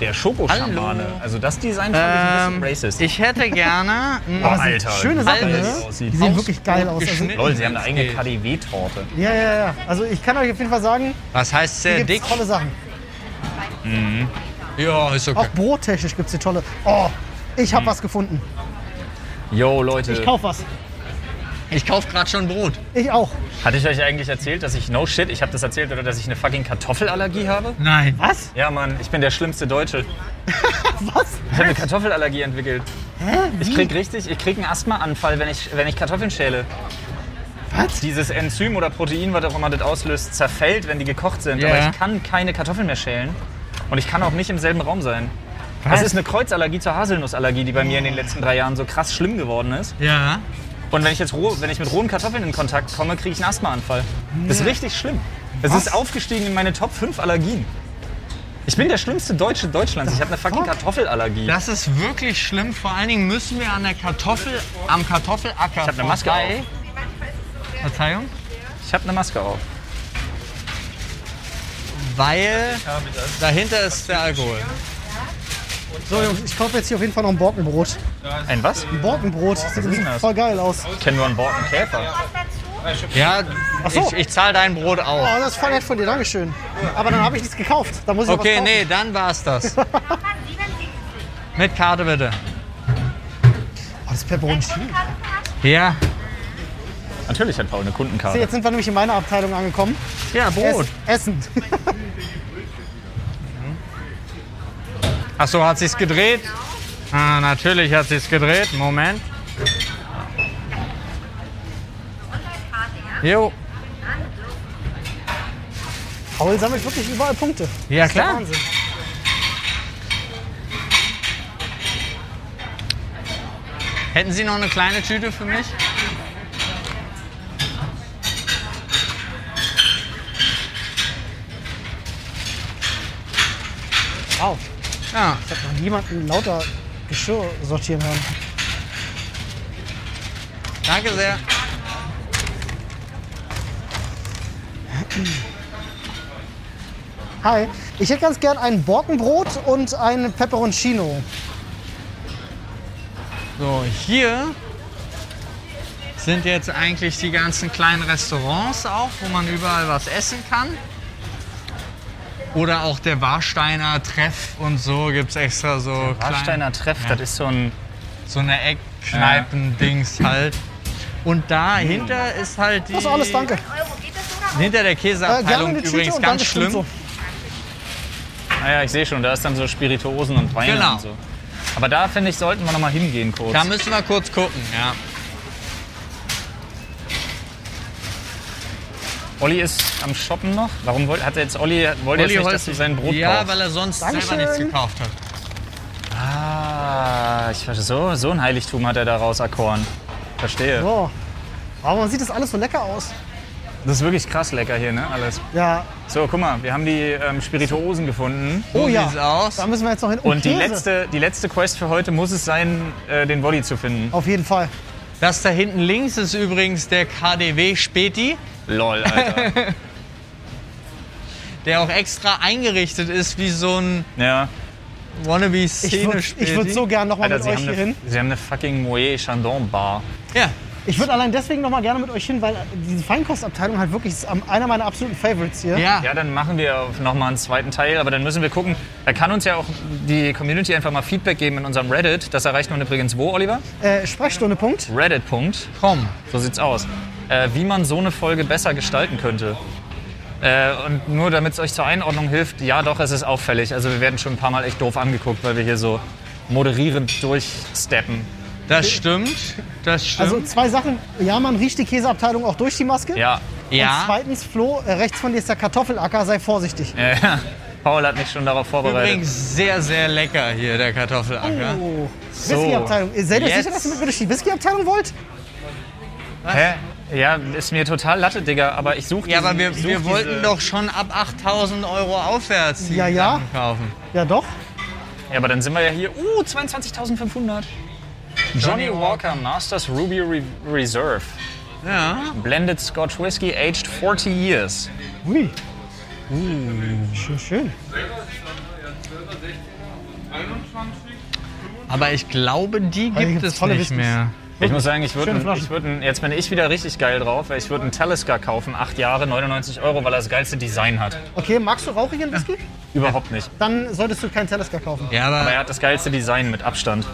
Der Schokoschamane. Hallo. Also das Design fand Ähm, ich ein bisschen racist. ich hätte gerne. ein- Boah, Oh, das sind Alter, schöne wie Sachen, geil ne? das aussieht. Die sehen Aus- wirklich geil aus. Also, geschnitten. Lol, sie haben eine eigene Geht. KDW-Torte. ja, ja, ja. Also ich kann euch auf jeden Fall sagen, Was heißt sehr hier gibt dick? es tolle Sachen. Ja, ist okay. Auch brottechnisch gibt es hier tolle. Oh, ich habe was gefunden. Yo, Leute. Ich kauf was. Ich kaufe gerade schon Brot. Ich auch. Hatte ich euch eigentlich erzählt, dass ich, no shit, ich habe das erzählt, oder dass ich eine fucking Kartoffelallergie habe? Nein. Was? Ja, Mann, ich bin der schlimmste Deutsche. Was? Ich habe eine Kartoffelallergie entwickelt. Hä? Ich krieg richtig, ich krieg einen Asthmaanfall, wenn ich, wenn ich Kartoffeln schäle. Was? Dieses Enzym oder Protein, was auch immer das auslöst, zerfällt, wenn die gekocht sind. Ja. Aber ich kann keine Kartoffeln mehr schälen. Und ich kann auch nicht im selben Raum sein. Das ist eine Kreuzallergie zur Haselnussallergie, die bei mir in den letzten drei Jahren so krass schlimm geworden ist. Ja. Und wenn ich jetzt roh, wenn ich mit rohen Kartoffeln in Kontakt komme, kriege ich einen Asthmaanfall. Das ist richtig schlimm. Es ist aufgestiegen in meine Top 5 Allergien. Ich bin der schlimmste Deutsche Deutschlands. Ich habe eine fucking Kartoffelallergie. Das ist wirklich schlimm. Vor allen Dingen müssen wir an der Kartoffel, am Kartoffelacker. Ich hab eine Maske Verzeihung. Ich habe eine Maske auf. Weil dahinter ist der Alkohol. So, Jungs, ich kaufe jetzt hier auf jeden Fall noch ein Borkenbrot. Ein was? Ein Borkenbrot. Das sieht ist denn das? voll geil aus. Oh, Kennen wir einen Borkenkäfer? Ja, so. Oh, ich, ich zahle dein Brot auch. das ist voll nett von dir. Dankeschön. Aber dann habe ich nichts gekauft. Da muss ich noch Okay, was kaufen. nee, dann war's das. Mit Karte bitte. Oh, das Peperoncino. Ja. Natürlich hat Paul eine So, Kundenkarte. jetzt sind wir nämlich in meiner Abteilung angekommen. Ja, Brot. Es, Essen. Ach so, hat sie's gedreht? Ah, natürlich hat sie's gedreht. Moment. Jo. Paul sammelt wirklich überall Punkte. Ja, Das ist der klar. Wahnsinn. Hätten Sie noch eine kleine Tüte für mich? Wow. Ja. Ich habe noch niemanden lauter Geschirr sortieren hören. Danke sehr. Hi, ich hätte ganz gern ein Borkenbrot und ein Peperoncino. So, hier sind jetzt eigentlich die ganzen kleinen Restaurants auch, wo man überall was essen kann. Oder auch der Warsteiner Treff und so gibt es extra so klein- Warsteiner Treff, das ist so ein. so eine Eckkneipen-Dings halt. Und dahinter ist halt die. Hm. Das ist Also alles, danke. Hinter der Äh, gerne Käseabteilung eine Tüte übrigens und ganz danke schlimm. So. Naja, Ah ich sehe schon, da ist dann so Spirituosen und Wein Genau. und so. Aber da finde ich, sollten wir nochmal hingehen kurz. Da müssen wir kurz gucken, ja. Olli ist am Shoppen noch. Warum wollte, hat er jetzt Olli, wollte jetzt nicht, dass du sein Brot Ja, kaufst? weil er sonst selber Dankeschön. nichts gekauft hat. Ah, ich verstehe. So, so ein Heiligtum hat er daraus erkoren. Verstehe. So. Aber Oh. man sieht das alles so lecker aus. Das ist wirklich krass lecker hier, ne? Alles. Ja. So, guck mal, wir haben die ähm, Spirituosen gefunden. So Oh ja. sieht's aus. Da müssen wir jetzt noch hin. Oh, Und die Käse. letzte, die letzte Quest für heute muss es sein, äh, den Wolli zu finden. Auf jeden Fall. Das da hinten links ist übrigens der KDW Späti, Lol, Alter. der auch extra eingerichtet ist wie so ein ja. wannabe Ich würde szene ich würd so gern nochmal Alter, mit sie euch haben, hier eine, hin. sie haben eine fucking Moet Chandon Bar. Ja, Ich würde allein deswegen nochmal gerne mit euch hin, weil diese Feinkostabteilung halt wirklich ist am- einer meiner absoluten Favorites hier. ja. Ja, dann machen wir nochmal einen zweiten Teil, aber dann müssen wir gucken. Da kann uns ja auch die Community einfach mal Feedback geben in unserem Reddit. Das erreicht man übrigens wo, Oliver? Äh, Sprechstunde, Punkt. Reddit. Komm, So sieht's aus. Äh, wie man so eine Folge besser gestalten könnte. Äh, und nur damit es euch zur Einordnung hilft, ja doch, es ist auffällig. Also wir werden schon ein paar Mal echt doof angeguckt, weil wir hier so moderierend durchsteppen. das stimmt. Das stimmt. Also zwei Sachen. Ja, man riecht die Käseabteilung auch durch die Maske. Ja. Und ja. zweitens, Flo, äh, rechts von dir ist der Kartoffelacker, sei vorsichtig. Äh, Paul hat mich schon darauf vorbereitet. Übrigens sehr, sehr lecker hier, der Kartoffelacker. Oh, Whiskyabteilung. Ihr Seid ihr Jetzt. sicher, dass ihr mit mir durch die Whiskyabteilung wollt? Hä? Ja, ist mir total Latte, Digga, aber ich suche Ja, aber wir, ich such wir diese- wollten doch schon ab 8000 Euro aufwärts die Ja, ja. Sachen kaufen. Ja, doch. Ja, aber dann sind wir ja hier. Uh, 22.500. Johnny Walker Masters Ruby Re Reserve. Ja. Blended Scotch Whisky aged 40 years. Ui. Schön, schön. Aber ich glaube, die hier gibt gibt's es tolle nicht Whiskys. mehr. Ich muss sagen, ich würde, Schöne Flasche. ich würde, jetzt bin ich wieder richtig geil drauf, weil ich würde einen Talisker kaufen, acht Jahre, 99 Euro, weil er das geilste Design hat. Okay, magst du rauchigen Whisky? Überhaupt nicht. Dann solltest du keinen Telesca kaufen. Ja, aber, Aber er hat das geilste Design mit Abstand.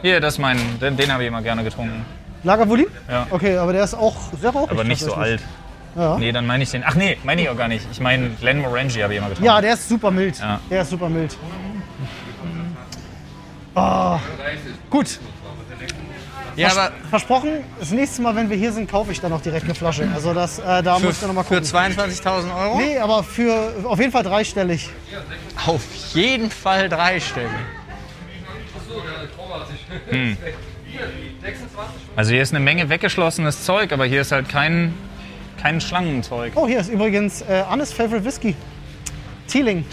Hier, das ist mein, den, den habe ich immer gerne getrunken. Lagerwulin? Ja. Okay, aber der ist auch sehr rauchig. Aber nicht so alt. tatsächlich. Ja. Nee, dann meine ich den. Ach nee, meine ich auch gar nicht. Ich meine, Glen Morangi habe ich immer getrunken. ja, der ist super mild. Ja. Der ist super mild. Ah, Gut, ja, aber versprochen, das nächste Mal, wenn wir hier sind, kaufe ich dann auch direkt eine Flasche. Also das, äh, da für, muss ich dann nochmal für gucken. 22.000 Euro? nee, aber für auf jeden Fall dreistellig. Auf jeden Fall dreistellig. Also hier ist eine Menge weggeschlossenes Zeug, aber hier ist halt kein, kein Schlangenzeug. Oh, hier ist übrigens äh, Annes Favorite Whisky. Teeling,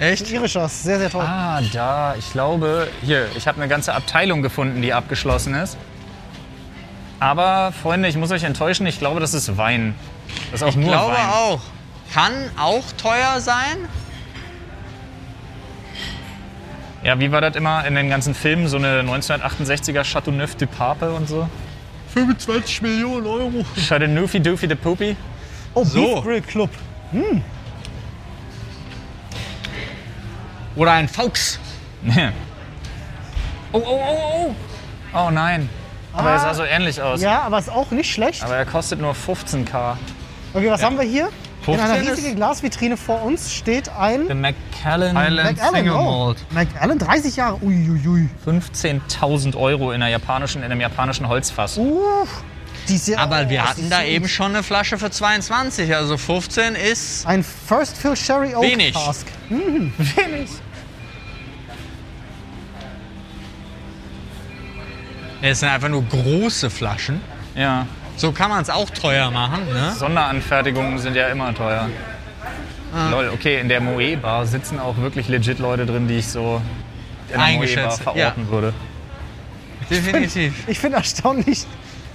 Echt? irischer, ist sehr, sehr toll. Ah, da, ich glaube, hier, ich habe eine ganze Abteilung gefunden, die abgeschlossen ist. Aber, Freunde, ich muss euch enttäuschen, ich glaube, das ist Wein. Das ist auch Ich nur glaube Wein. auch. Kann auch teuer sein. Ja, wie war das immer in den ganzen Filmen, so eine 1968er Chateauneuf du Pape und so? 25 Millionen Euro. Chateauneuf Doofy de Poopy? Oh, so. Beef Grill Club. Oder ein Fuchs. Nee. Oh, oh, oh, oh! Oh nein. Aber er sah so ähnlich aus. Ja, aber ist auch nicht schlecht. Aber er kostet nur 15k. Okay, was haben wir hier? In einer 15 ist- riesigen Glasvitrine vor uns steht ein The Macallan Highland McAllen. Single Oh. Malt. McAllen, 30 Jahre. Uiuiui. 15.000 Euro in, einer japanischen, in einem japanischen Holzfass. Uh. Uff. Die ist ja- Aber wir oh, hatten die da ist- eben schon eine Flasche für 22. Also 15 ist. Ein First Fill Sherry Oak Wenig. Cask. Es sind einfach nur große Flaschen. Ja. So kann man es auch teuer machen. Ne? Sonderanfertigungen sind ja immer teuer. Ah. Lol, okay, in der Moe-Bar sitzen auch wirklich legit Leute drin, die ich so in der Moe-Bar Eingeschätzt, verorten würde. Definitiv. Ich finde erstaunlich,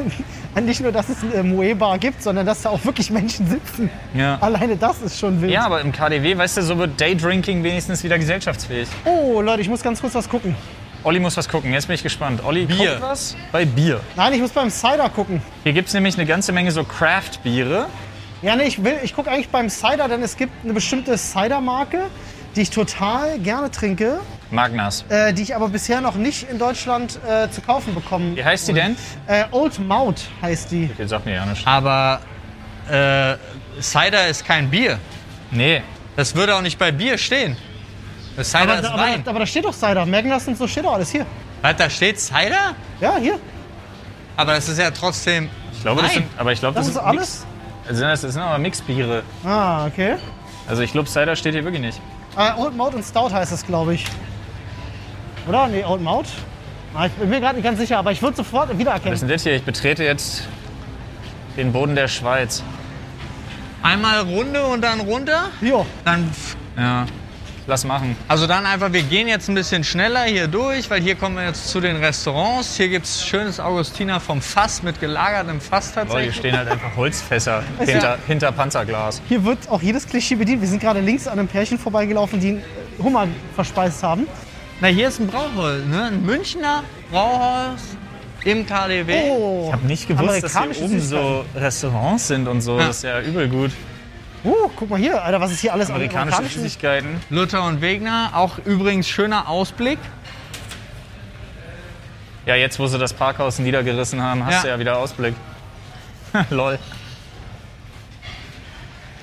nicht nur, dass es eine Moe-Bar gibt, sondern dass da auch wirklich Menschen sitzen. Ja. Alleine das ist schon wild. ja, aber im KDW, weißt du, so wird Daydrinking wenigstens wieder gesellschaftsfähig. Oh, Leute, ich muss ganz kurz was gucken. Olli muss was gucken. Jetzt bin ich gespannt. Olli Bier. guckt was bei Bier. Nein, ich muss beim Cider gucken. Hier gibt es nämlich eine ganze Menge so Craft-Biere. Ja, nee, ich will, ich gucke eigentlich beim Cider, denn es gibt eine bestimmte Cider-Marke, die ich total gerne trinke, Magnas. äh, die ich aber bisher noch nicht in Deutschland äh, zu kaufen bekommen. Wie heißt die denn? Äh, Old Mount heißt die. Jetzt sagt mir ja nicht. Aber äh, Cider ist kein Bier. Nee. Das würde auch nicht bei Bier stehen. Das Cider Aber, ist da- aber, Wein. da- aber da steht doch Cider. Merken lassen, so steht doch alles hier. Was, da steht Cider? Ja, hier. Aber das ist ja trotzdem. Ich glaube, das Nein. sind, aber ich glaube, Das, das, ist sind alles. Mix, also das sind aber Mixbiere. Ah, okay. Also ich glaube, Cider steht hier wirklich nicht. Äh, Old Mount und Stout heißt es, glaube ich. Oder? Nee, Old Mount. Ah, Ich bin mir gerade nicht ganz sicher, aber ich würde sofort Was ist wiedererkennen. denn das hier? Ich betrete jetzt den Boden der Schweiz. Einmal Runde und dann runter. Jo, Dann, Ja. Lass machen. also dann einfach, wir gehen jetzt ein bisschen schneller hier durch, weil hier kommen wir jetzt zu den Restaurants. Hier gibt es schönes Augustiner vom Fass mit gelagertem Fass Boah, hier tatsächlich. stehen halt einfach Holzfässer hinter, hinter Panzerglas. hier wird auch jedes Klischee bedient. Wir sind gerade links an einem Pärchen vorbeigelaufen, die einen äh, Hummer verspeist haben. Na, hier ist ein Brauholz, ne? Ein Münchner Brauhaus im KDW. Oh, Ich habe nicht gewusst, dass hier Amerikanische oben so Restaurants sind und so. Das ist ja übel gut. uh, guck mal hier, Alter, was ist hier alles an Amerikanische amerikanischen- Süßigkeiten. Luther und Wegner, auch übrigens schöner Ausblick. Ja, jetzt, wo sie das Parkhaus niedergerissen haben, hast Ja. du ja wieder Ausblick. Lol.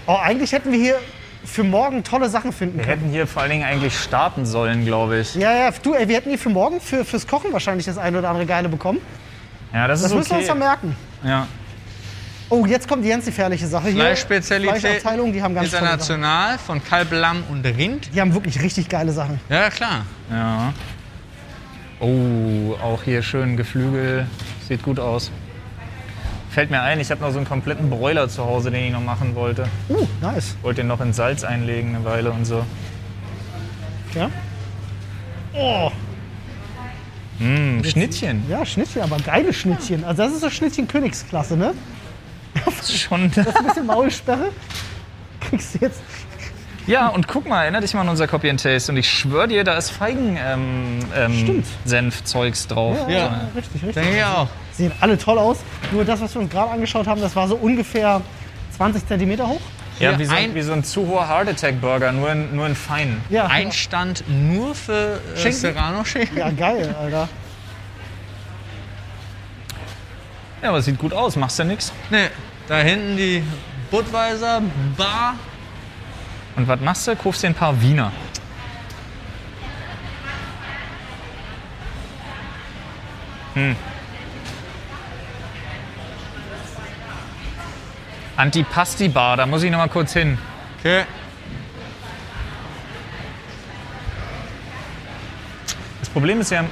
Oh, eigentlich hätten wir hier für morgen tolle Sachen finden Wir können. hätten hier vor allen Dingen eigentlich starten sollen, glaube ich. Ja, ja, du, ey, wir hätten hier für morgen für, fürs Kochen wahrscheinlich das eine oder andere Geile bekommen. Ja, das ist Das müssen wir uns ja okay. merken. Ja. Oh, jetzt kommt die ganz gefährliche Sache hier. Fleischspezialität Fleischabteilung, die haben ganz tolle Sachen. international von Kalb, Lamm und Rind. Die haben wirklich richtig geile Sachen. Ja, klar. ja. Oh, auch hier schön Geflügel. Sieht gut aus. Fällt mir ein, ich habe noch so einen kompletten Broiler zu Hause, den ich noch machen wollte. Uh, nice. Wollte den noch in Salz einlegen eine Weile und so. Ja. Oh, Hm, Schnittchen. ja, Schnittchen, aber geile Schnittchen. Also das ist so Schnittchen Königsklasse, ne? Das ist schon. Ein bisschen Maulsperre. Kriegst du jetzt. Ja, und guck mal, erinnere dich mal an unser Copy and Taste. Und ich schwöre dir, da ist Stimmt. Feigen-Senf-Zeugs drauf. Ja, Ja. richtig, richtig. Denke ich auch. Sehen alle toll aus. Nur das, was wir uns gerade angeschaut haben, das war so ungefähr 20 Zentimeter hoch. Ja, Hier wie so, ein, ein- wie so ein zu hoher Heart Attack Burger, nur in, nur in fein. Ja, Ein Stand nur für äh, Schinken? Serrano-Schinken. ja geil, Alter. Ja, aber sieht gut aus, machst ja nix. Nee, da hinten die Budweiser Bar. Und was machst du? Kaufst dir ein paar Wiener. Hm. Antipasti Bar, da muss ich noch mal kurz hin. Okay. Das Problem ist ja.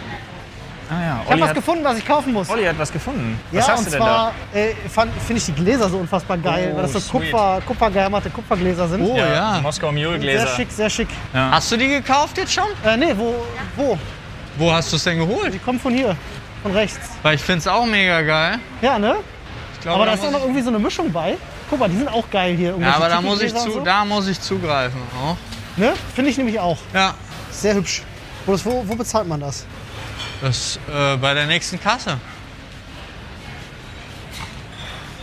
Ah ja, Ich habe Olli was hat, gefunden, was ich kaufen muss. Olli hat was gefunden. ja, was hast und du denn da? zwar äh, finde ich die Gläser so unfassbar geil, Oh, weil das so sweet. Kupfer, kupfergehämmerte Kupfergläser sind. Oh ja. Moskau Mule sehr Gläser. schick, sehr schick. Hast du die gekauft jetzt schon? Äh, nee, wo, wo? Wo hast du es denn Die geholt? kommen von hier, von rechts. Weil ich finde es auch mega geil. Ja, ne? Ich glaube, Aber da ist muss auch noch ich- irgendwie so eine Mischung bei. Guck mal, die sind auch geil hier. ja, irgendwelche aber da muss, ich Tiki-Gläser zu, und da muss ich zugreifen. Auch. So. Ne? Finde ich nämlich auch. Ja, Sehr hübsch. Wo, das, wo, wo bezahlt man das? das äh, bei der nächsten Kasse.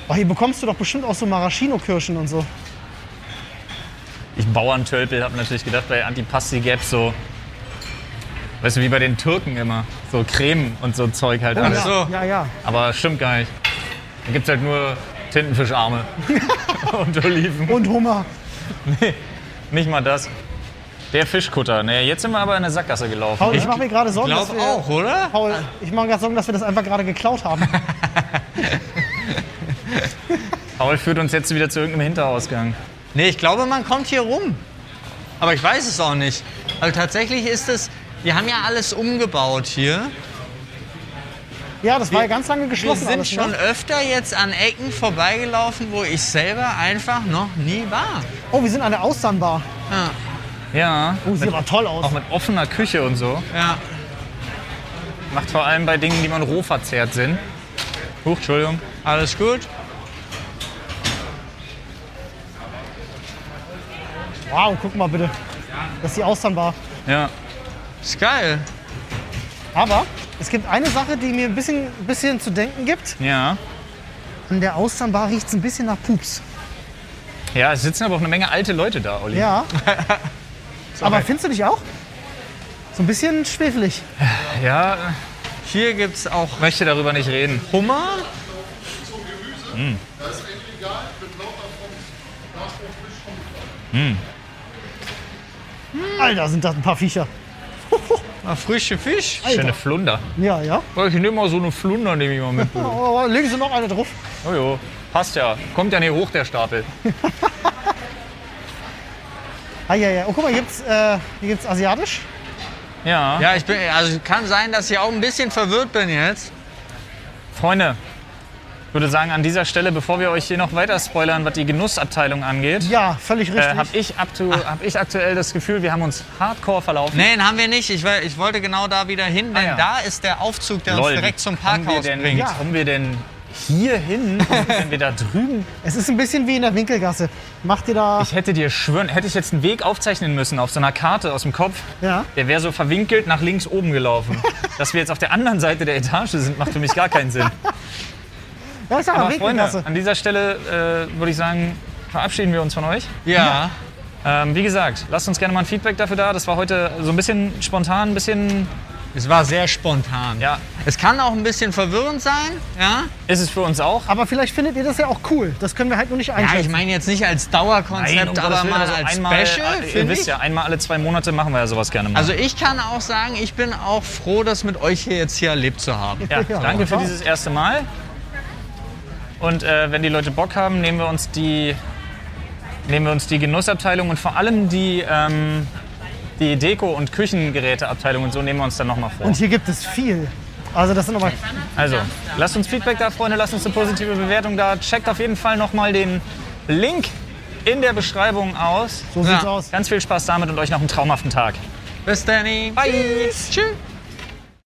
Oh, hier bekommst du doch bestimmt auch so Maraschino-Kirschen und so. Ich Bauerntölpel habe natürlich gedacht, bei Antipasti gäbe so. Weißt du, wie bei den Türken immer. So Creme und so Zeug halt alles. ja. so. Ja, ja. Aber stimmt gar nicht. Da gibt's halt nur Tintenfischarme und Oliven. Und Hummer. Nicht mal das. Der Fischkutter. Naja, jetzt sind wir aber in eine Sackgasse gelaufen. Paul, ich mache mir gerade Sorgen, dass Glaub wir... auch, oder? Paul, ich mache mir gerade Sorgen, dass wir das einfach gerade geklaut haben. Paul führt uns jetzt wieder zu irgendeinem Hinterausgang. Nee, ich glaube, man kommt hier rum. Aber ich weiß es auch nicht. Also tatsächlich ist es. Wir haben ja alles umgebaut hier. Ja, das war ja ganz lange Wir geschlossen sind alles, schon ne? öfter jetzt an Ecken vorbeigelaufen, wo ich selber einfach noch nie war. Oh, wir sind an der Austernbar. Ja, Ja. Oh, sieht Mit, aber toll auch aus. mit offener Küche und so. ja. Macht vor allem bei Dingen, die man roh verzehrt, Sinn. Huch, Entschuldigung. alles gut. Wow, guck mal bitte. Das ist die Austernbar. Ja. Ist geil. Aber es gibt eine Sache, die mir ein bisschen, bisschen zu denken gibt. Ja. An der Austernbar riecht es ein bisschen nach Pups. Ja, es sitzen aber auch eine Menge alte Leute da, Olli. Ja. Aber findest du dich auch? So ein bisschen schwefelig. ja Hier gibt es auch ich möchte darüber nicht reden. Hummer. Alter, sind das ein paar Viecher. Mal frische Fisch. Schöne Flunder. Ja, ja. Ich nehme mal so eine Flunder, nehme ich mal mit. Oh, legen Sie noch eine drauf. Oh, jo. Passt ja. Kommt ja nicht hoch, der Stapel. Ah, ja, ja. Oh, guck mal, hier gibt's, äh, hier gibt's asiatisch. Ja. Ja, ich bin, also kann sein, dass ich auch ein bisschen verwirrt bin jetzt. Freunde, ich würde sagen, an dieser Stelle, bevor wir euch hier noch weiter spoilern, was die Genussabteilung angeht, Ja, völlig äh, richtig. habe ich, aktu Ah. hab ich aktuell das Gefühl, wir haben uns hardcore verlaufen. Nein, haben wir nicht. Ich, wa- ich wollte genau da wieder hin, denn Ah, ja. da ist der Aufzug, der Lol, uns direkt wie zum kommen wir Parkhaus denn, bringt. wie Kommen wir denn hier hin, wenn wir da drüben... es ist ein bisschen wie in der Winkelgasse. Macht ihr da. Ich hätte dir schwören, hätte ich jetzt einen Weg aufzeichnen müssen auf so einer Karte aus dem Kopf, ja. der wäre so verwinkelt nach links oben gelaufen. Dass wir jetzt auf der anderen Seite der Etage sind, macht für mich gar keinen Sinn. Ja, ist aber Aber Freunde, Winkelgasse. an dieser Stelle äh, würde ich sagen, verabschieden wir uns von euch. Ja. Ähm, wie gesagt, lasst uns gerne mal ein Feedback dafür da. Das war heute so ein bisschen spontan, ein bisschen. es war sehr spontan. Ja, Es kann auch ein bisschen verwirrend sein. Ja, ist es für uns auch. Aber vielleicht findet ihr das ja auch cool. Das können wir halt nur nicht einschätzen. ich meine jetzt nicht als Nein, um Dauerkonzept, Gottes aber Willen, mal also als einmal, Special. äh, Ihr finde wisst ich. ja, einmal alle zwei Monate machen wir ja sowas gerne mal. Also ich kann auch sagen, ich bin auch froh, das mit euch hier jetzt hier erlebt zu haben. ja, ja, danke für wunderbar. dieses erste Mal. Und äh, wenn die Leute Bock haben, nehmen wir uns die, nehmen wir uns die Genussabteilung und vor allem die, ähm, die Deko- und Küchengeräteabteilung und so nehmen wir uns dann nochmal vor. Und hier gibt es viel. Also, das sind nochmal. Also, lasst uns Feedback da, Freunde, lasst uns eine positive Bewertung da. Checkt auf jeden Fall nochmal den Link in der Beschreibung aus. So Ja. sieht's aus. Ganz viel Spaß damit und euch noch einen traumhaften Tag. Bis dann. Bye. Tschüss.